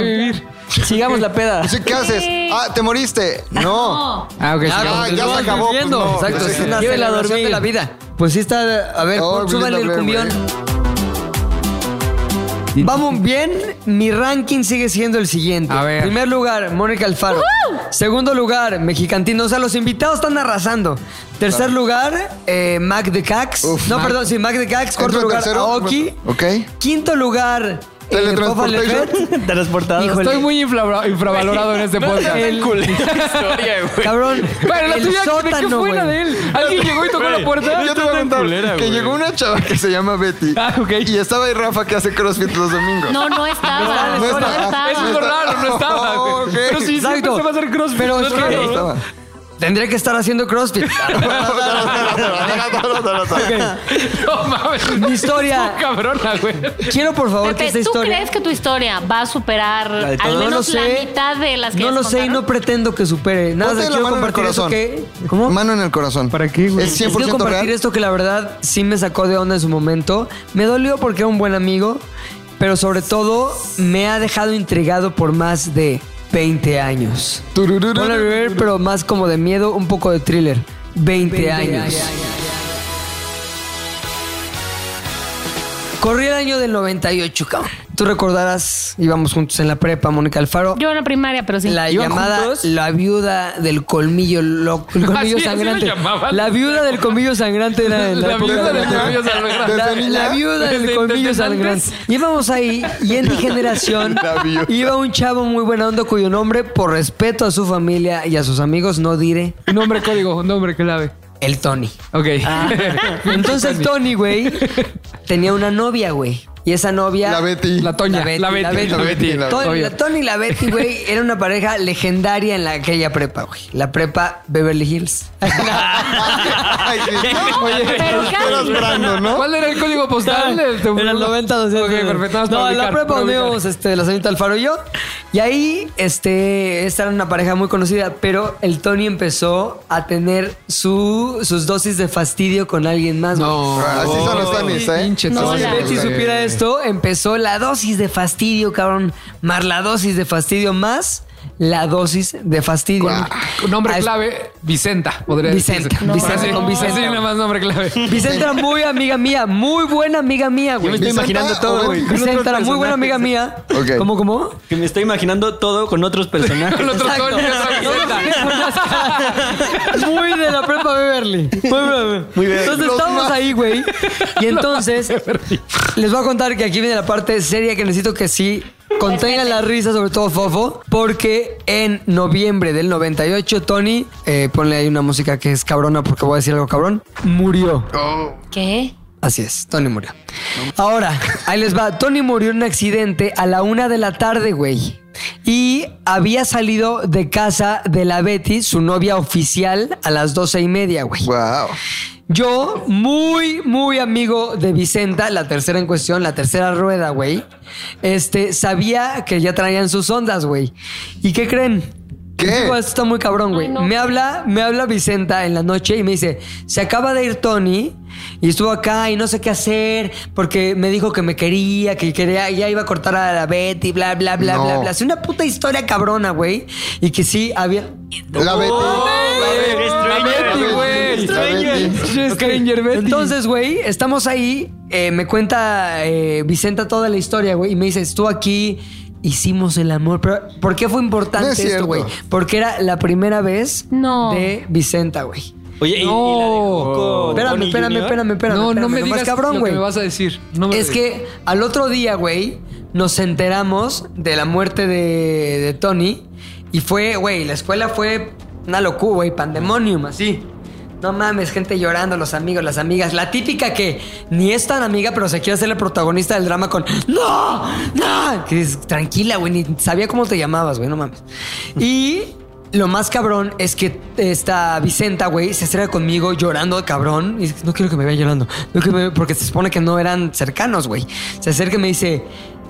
sigamos la [laughs] peda. Sí, ¿Qué haces? Ah, ¿te moriste? No. Ah, ok. sí. Ah, ya se acabó. pues Viendo, no. Exacto, Pues es sí. una Llévela a celebración dormir. de la vida. Pues sí está, a ver, pues, Oh, súbale el Belinda cumbión. Blair, Vamos bien, mi ranking sigue siendo el siguiente. A ver. Primer lugar, Mónica Alfaro. Segundo lugar, Mexicantino. O sea, los invitados están arrasando. Tercer lugar, eh, Mac de Cax. Uf, no, Mac. perdón, sí, Mac de Cax. Cuarto ¿Entro lugar, tercero? Aoki. Ok. Quinto lugar, eh, Pofa Teletransportation. Lefet. Transportado. Híjole. Estoy muy infra- infravalorado en este podcast. Cabrón. Bueno, la el tuya, ¿de qué sótano, fue ¿eh? la güey. de él? ¿Alguien llegó y tocó la puerta? Yo te voy a contar culera, que güey. llegó una chava que se llama Betty. Ah, ok. Y estaba ahí Rafa que hace crossfit los domingos. No, no estaba. No No estaba. estaba. Eso es lo raro, no estaba. güey. Oh, ok. Pero sí, siempre Ah, Exacto. se va a hacer crossfit. Pero es no es que- raro. Estaba. tendría que estar haciendo CrossFit. No mames. Mi historia. Tú, [laughs] cabrona, güey. Quiero por favor que Pepe, esta ¿tú historia. crees que tu historia va a superar La de al todo. menos no lo sé. la mitad de las que No ellas lo sé y no contaron? pretendo que supere. Nada, Ponte más la quiero mano en el compartir eso corazón. que. ¿Cómo? Mano en el corazón. ¿Para qué, güey? Es Les quiero 100% compartir real. esto que la verdad sí me sacó de onda en su momento. Me dolió porque era un buen amigo, pero sobre todo me ha dejado intrigado por más de 20 años. Turururu. Bueno, pero más como de miedo, un poco de thriller. 20, años. Corría el año del 98, cabrón. Tú recordarás, íbamos juntos en la prepa, Mónica Alfaro. Yo en la primaria, pero sí. La ¿Iban llamada juntos? la viuda del colmillo loco, el colmillo así la sangrante. llamaban. la viuda del colmillo sangrante era en la, La época viuda de del la- colmillo sangrante. La, ¿Desde niña? la viuda del Desde- colmillo desde sangrante. antes. Íbamos ahí y [laughs] en mi generación La viuda. iba un chavo muy buena onda cuyo nombre, por respeto a su familia y a sus amigos, no diré Nombre código, nombre clave. el [laughs] Tony. Ok. Entonces el Tony, güey, [laughs] tenía una novia, güey. Y esa novia... La Betty. La Toña. La Betty, La la Betty. Betty. La Betty. la- Tony, Obvio. la [laughs] Tony y la Betty, güey, era una pareja legendaria en la, aquella prepa, güey. La prepa Beverly Hills. Ay, sí. Oye, Pero casi. eras Brandon, ¿no? ¿Cuál era el código postal? Era el 90 200. Ok, perfecto. nada más No, para en la ubicar, prepa para donde ubicar. íbamos, este, la señorita Alfaro y yo. Y ahí, este, esta era una pareja muy conocida, pero el Tony empezó a tener su, sus dosis de fastidio con alguien más. güey. No. Así son los tenis, ¿eh? Pinche No, Así Si la- son los Betty tenis. supiera esto, empezó la dosis de fastidio, cabrón. Más la dosis de fastidio, más la dosis de fastidio. Nombre Ah, es- clave, Vicenta. Podría Vicenta, decirse. no. Vicenta, Así, con Vicenta. así nada más nombre clave. [laughs] Vicenta era muy amiga mía, muy buena amiga mía, güey. estoy imaginando todo, güey. Vicenta era muy buena amiga mía. Ok. ¿Cómo, cómo? Que me estoy imaginando todo [laughs] con otros personajes. El otro Exacto. Toño, otra Vicenta. Muy de la prepa Beverly. Muy bien. Entonces Los estábamos más- ahí, güey. Y entonces les voy a contar que aquí viene la parte seria que necesito que sí contengan la risa, sobre todo Fofo, porque en noviembre del 98 Tony, eh, ponle ahí una música que es cabrona porque voy a decir algo cabrón, murió. [laughs] ¿Qué? Así es, Tony murió. Ahora, ahí les va. Tony murió en un accidente a la una de la tarde, güey. Y había salido de casa de la Betty, su novia oficial, a las doce y media, güey. Wow. Yo, muy, muy amigo de Vicenta, la tercera en cuestión, la tercera rueda, güey. Este, sabía que ya traían sus ondas, güey. ¿Y qué creen? ¿Qué? Les digo, esto está muy cabrón, güey. Ay, no. Me habla, me habla Vicenta en la noche y me dice, se acaba de ir Tony y estuvo acá y no sé qué hacer porque me dijo que me quería, que quería, ya iba a cortar a la Betty, bla, bla, bla, No. bla, bla. Es una puta historia cabrona, güey. Y que sí había... La Betty. La Betty, güey. La Betty. Pinche Stranger Betty. Entonces, güey, estamos ahí. eh, me cuenta eh, Vicenta toda la historia, güey. Y me dice, estuvo aquí, hicimos el amor. Pero, ¿Por qué fue importante No es esto, cierto. güey? Porque era la primera vez No. de Vicenta, güey. Oye, y, y la dejó con Espérame, Tony espérame, Jr. espérame, espérame. No, no espérame, me lo más digas cabrón, lo que güey. me vas a decir. No me Es que al otro día, güey, nos enteramos de la muerte de, de Tony. Y fue, güey, la escuela fue una locura, güey, pandemonium, así. No mames, gente llorando, los amigos, las amigas. La típica que ni es tan amiga, pero se quiere hacer la protagonista del drama con ¡No! ¡No! Que dices, tranquila, güey, ni sabía cómo te llamabas, güey, no mames. Y lo más cabrón es que esta Vicenta, güey, se acerca conmigo llorando, cabrón. Y dice, no quiero que me vea llorando. No quiero que me- Porque se supone que no eran cercanos, güey. Se acerca y me dice,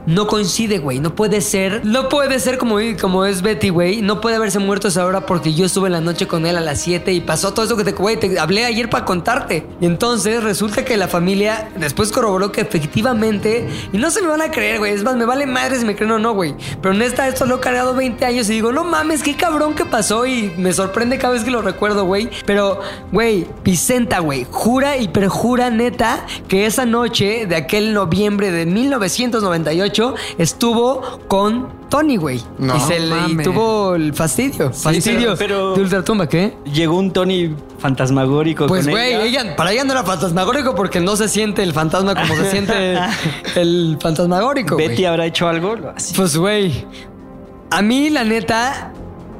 no coincide, güey. No puede ser. No puede ser como, como es Betty, güey. No puede haberse muerto a esa hora porque yo estuve en la noche con él a las 7 y pasó todo eso que te... Güey, te hablé ayer para contarte. Y entonces resulta que la familia después corroboró que efectivamente... Y no se me van a creer, güey. Es más, me vale madre si me creen o no, güey. Pero neta, esto lo he cargado 20 años y digo, no mames, qué cabrón que pasó. Y me sorprende cada vez que lo recuerdo, güey. Pero, güey, Vicenta, güey, jura y perjura neta que esa noche de aquel noviembre de 1998 estuvo con Tony, güey. No y se le y mames. tuvo el fastidio. fastidio. pero- pero- de Ultratumba, ¿qué? Llegó un Tony fantasmagórico Pues, con güey, ella. ella, para ella no era fantasmagórico porque no se siente el fantasma como se [laughs] siente el fantasmagórico. güey. Betty habrá hecho algo. Así. Pues, güey, a mí la neta,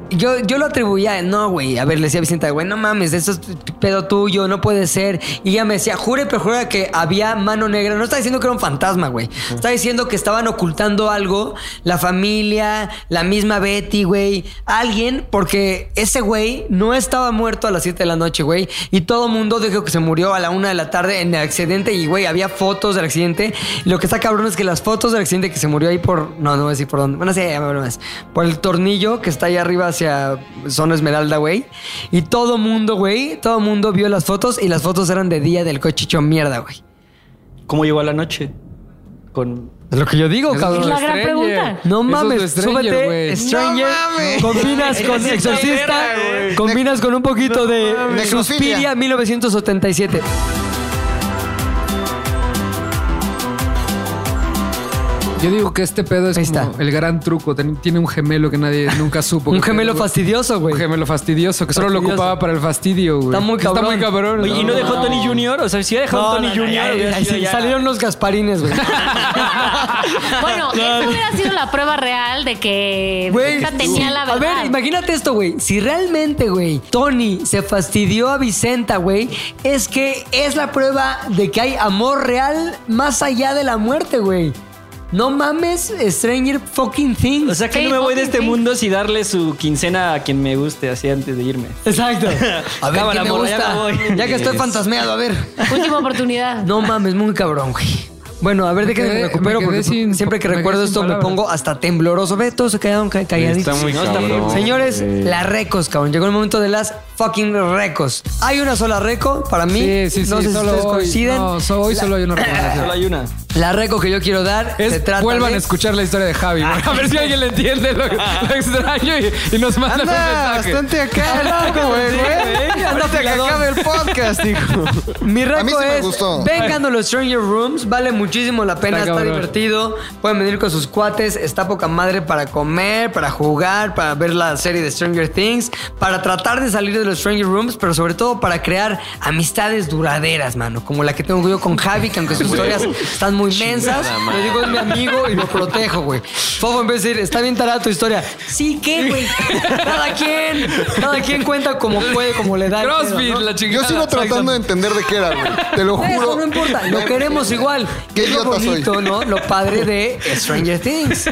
yo, yo lo atribuía, no, güey. A ver, le decía a Vicenta, güey, no mames, eso es pedo tuyo, no puede ser. Y ella me decía, jure, pero jura que había mano negra. No está diciendo que era un fantasma, güey. Está diciendo que estaban ocultando algo, la familia, la misma Betty, güey, alguien, porque ese güey no estaba muerto a las 7 de la noche, güey. Y todo mundo dijo que se murió a la 1 de la tarde en el accidente. Y, güey, había fotos del accidente. Y lo que está cabrón es que las fotos del accidente que se murió ahí por. No, no voy a decir por dónde. Bueno, sí, ya me acuerdo más. Por el tornillo que está allá arriba hacia Zona Esmeralda, güey. Y todo mundo, güey, todo mundo vio las fotos. Y las fotos eran de día del coche hecho mierda, güey. ¿Cómo llegó a la noche? Con... Es lo que yo digo, cabrón. Es la gran Stranger. pregunta. No Eso es mames, de Stranger, súbete güey. Stranger, [laughs] combinas con Exorcista, combinas con un poquito de mames. Suspiria 1977. Yo digo que este pedo es Ahí como está. el gran truco. Ten- Tiene un gemelo que nadie [laughs] nunca supo. Un que gemelo tenía, güey. fastidioso, güey. Un gemelo fastidioso que solo lo Fastidioso. ocupaba para el fastidio, güey. Está muy cabrón. Está muy cabrón. Oye, ¿y no dejó mames. Tony Jr.? O sea, si hubiera dejado No, Tony no, no, Jr. ya, hubiera ya, sido sí, ya- Salieron los gasparines, güey. Bueno, eso hubiera sido la prueba real de [laughs] que Güey, Vicenta tenía la a verdad. ver, imagínate esto, güey. Si realmente, güey, Tony se fastidió a Vicenta, güey, es que es la prueba de que hay amor real más allá de la muerte, güey. No mames, Stranger fucking Things. O sea, que Sí, no me voy de ok, este sí. mundo si darle su quincena a quien me guste, así antes de irme. Exacto. [laughs] A ver, Cámara, ¿qué me morra, ya gusta? me Ya, voy. que estoy Es- fantasmeado, a ver. Última oportunidad. No mames, muy cabrón, güey. Bueno, a ver, de qué quedé- me recupero, me quedé porque sin- siempre que me quedé recuerdo sin esto palabras. me pongo hasta tembloroso. Ve, todos se quedaron ca- calladitos. Está muy cabrón. Señores, güey. las recos, cabrón. Llegó el momento de las fucking recos. Hay una sola reco para mí. Sí, sí, sí. No sé si solo ustedes hoy. coinciden. No, so- hoy La- solo hay una Solo recomendación. hay una. La reco que yo quiero dar se Es, trata vuelvan de- Ah. a escuchar la historia de Javi. güey. [laughs] A ver si alguien le entiende lo, [laughs] lo extraño y, y nos manda un Anda, mensaje. bastante acá, loco, güey, güey. Ahorita que acabe el podcast, hijo. Mi A mí reco sí me es, gustó. vengan a los Stranger Rooms, vale muchísimo la pena, Está está, cabrón. divertido, pueden venir con sus cuates, está poca madre para comer, para jugar, para ver la serie de Stranger Things, para tratar de salir de los Stranger Rooms, pero sobre todo para crear amistades duraderas, mano, como la que tengo yo con Javi, que aunque sus historias están muy mensas, le digo es mi amigo y lo protejo, güey. Fofo en vez de decir, está bien tarada tu historia, sí, ¿qué, [laughs] güey? Cada quien, cada quien cuenta como puede, como le da. el pedo, Crossfit, ¿no? la Yo chingada. sigo tratando de entender de qué era, güey. Te [laughs] lo juro. Eso no importa, lo queremos igual. Qué Es lo idiota soy. bonito, ¿no? Lo padre de Stranger Things.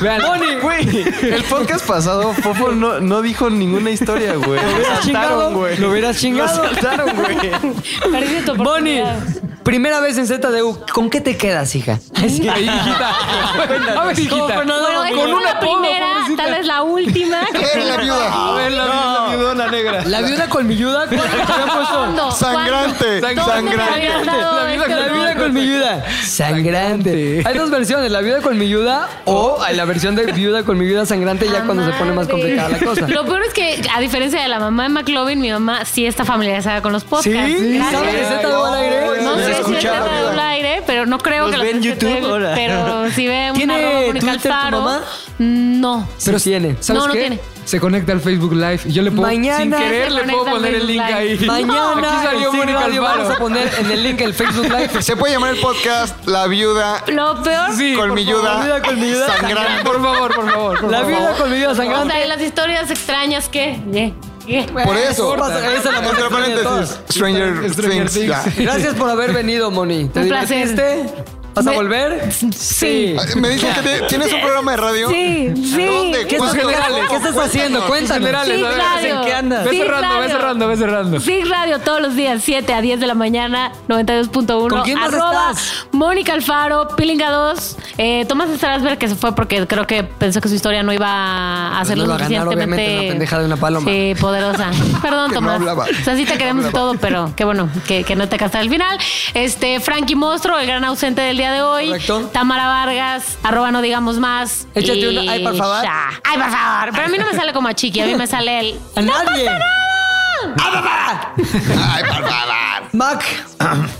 Vean, Güey, el podcast pasado, Fofo no, no dijo ninguna historia, güey. Lo hubieras chingado, lo hubieras chingado. Lo saltaron, güey. Perdiste [laughs] tu Bonnie, oportunidad. primera vez en ZDU, ¿con qué te quedas, hija? Ay, hijita. A ver, ¿Cómo hijita. fue? No, no, Bueno, no, esta con fue un la apodo, primera, pobrecita. tal vez la última. [laughs] Era la viuda. A ver, la, la viuda negra. La viuda colmilluda, ¿cuál te había puesto? ¿Cuándo? Sangrante. ¿Cuándo? ¿Dónde me Sangrante. habías dado La vida- este La honor? viuda colmilluda. Sangrante. Hay dos versiones, la viuda colmilluda o la versión de viuda colmilluda sangrante ya cuando se pone más Madre. complicada la cosa. Lo peor es que, a diferencia de la mamá de McLovin, mi mamá sí está familiarizada con los podcasts. ¿Sí? Gracias. ¿Sabe de ZDU al aire? No Lo sé si está escuchaba, dado al mira. aire, pero no creo que lo ve en YouTube? Hola. Pero si ve un ¿Tiene arroba Mónica Twitter tu Alfaro, mamá? No. Pero tiene. ¿Sabes No, no qué? tiene. Se conecta al Facebook Live y yo le puedo. Mañana sin querer se le puedo conecta al poner el Facebook link Live. ahí. Mañana Aquí salió en Cine Mónica Radio vamos a Alfaro. poner en el link el Facebook Live. Se puede llamar el podcast La Viuda Lo peor. Sí, por Colmilluda. La viuda colmilluda. Sangrante. Por favor, por favor. por La favor. vida colmilluda O sea, y sangrante. las historias extrañas que. Ye, ye. Por eso. Esa es la Entre mejor de paréntesis. todas. Stranger, Stranger Things. ya. Gracias por haber venido, Moni. ¿Te Un placer. divertiste? ¿Vas a Me- volver? Sí. Me dicen que te- tienes un programa de radio. Sí, sí. ¿Dónde? ¿Qué estás, Pues generales. ¿Qué estás haciendo? Cuéntanos. [laughs] Generales, Sí, a ver, Flavio. ¿en qué andas? Ve Sí, cerrando, ve Flavio. cerrando, ve cerrando. Sí, Radio todos los días, 7 a 10 de la mañana, 92.1. ¿Con quién más arroba estás? Mónica Alfaro, Pilinga 2, eh, Tomás Strasberg, que se fue porque creo que pensó que su historia no iba a ser Pues no lo iba a ganar, suficientemente... obviamente, la pendeja de una paloma. Sí, [laughs] poderosa. Perdón, Que no Tomás. hablaba. o sea, sí te queremos y todo, pero qué bueno que, que no te casaste al final. Este, Frankie Mostro, el gran ausente del día de hoy. Correcto. Tamara Vargas, arroba no digamos más. Échate y una- ay, por favor. ya. Ay, por favor. Pero a mí no me sale como a Chiqui, a mí me sale el... ¡A nadie! ¡Ah, papá! Ay, por favor. Mac,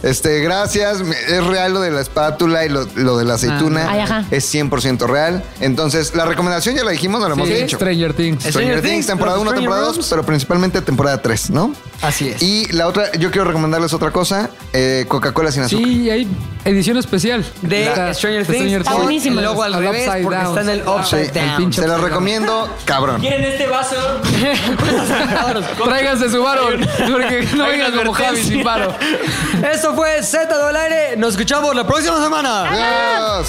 Este, gracias. Me- Es real lo de la espátula y lo, lo de la Ah, aceituna. Ay, ajá. es 100% real. Entonces, la recomendación ya la dijimos, no la hemos Sí, dicho. Stranger Things. Stranger Stranger Things, Things, temporada los 1, Stranger temporada Rooms. 2, pero principalmente temporada 3, ¿no? Así es. Y la otra, yo quiero recomendarles otra cosa, eh, Coca-Cola sin azúcar. Sí, hay edición especial. De La- Stranger Things. Está buenísimo. El logo al revés, upside porque está en el upside Sí, el down. pinche Se los upside down. recomiendo, cabrón. ¿Quieren este vaso? Tráiganse su varo, porque no vengan como Javi sin varo. Eso fue Z del aire. Nos escuchamos la próxima semana. Adiós.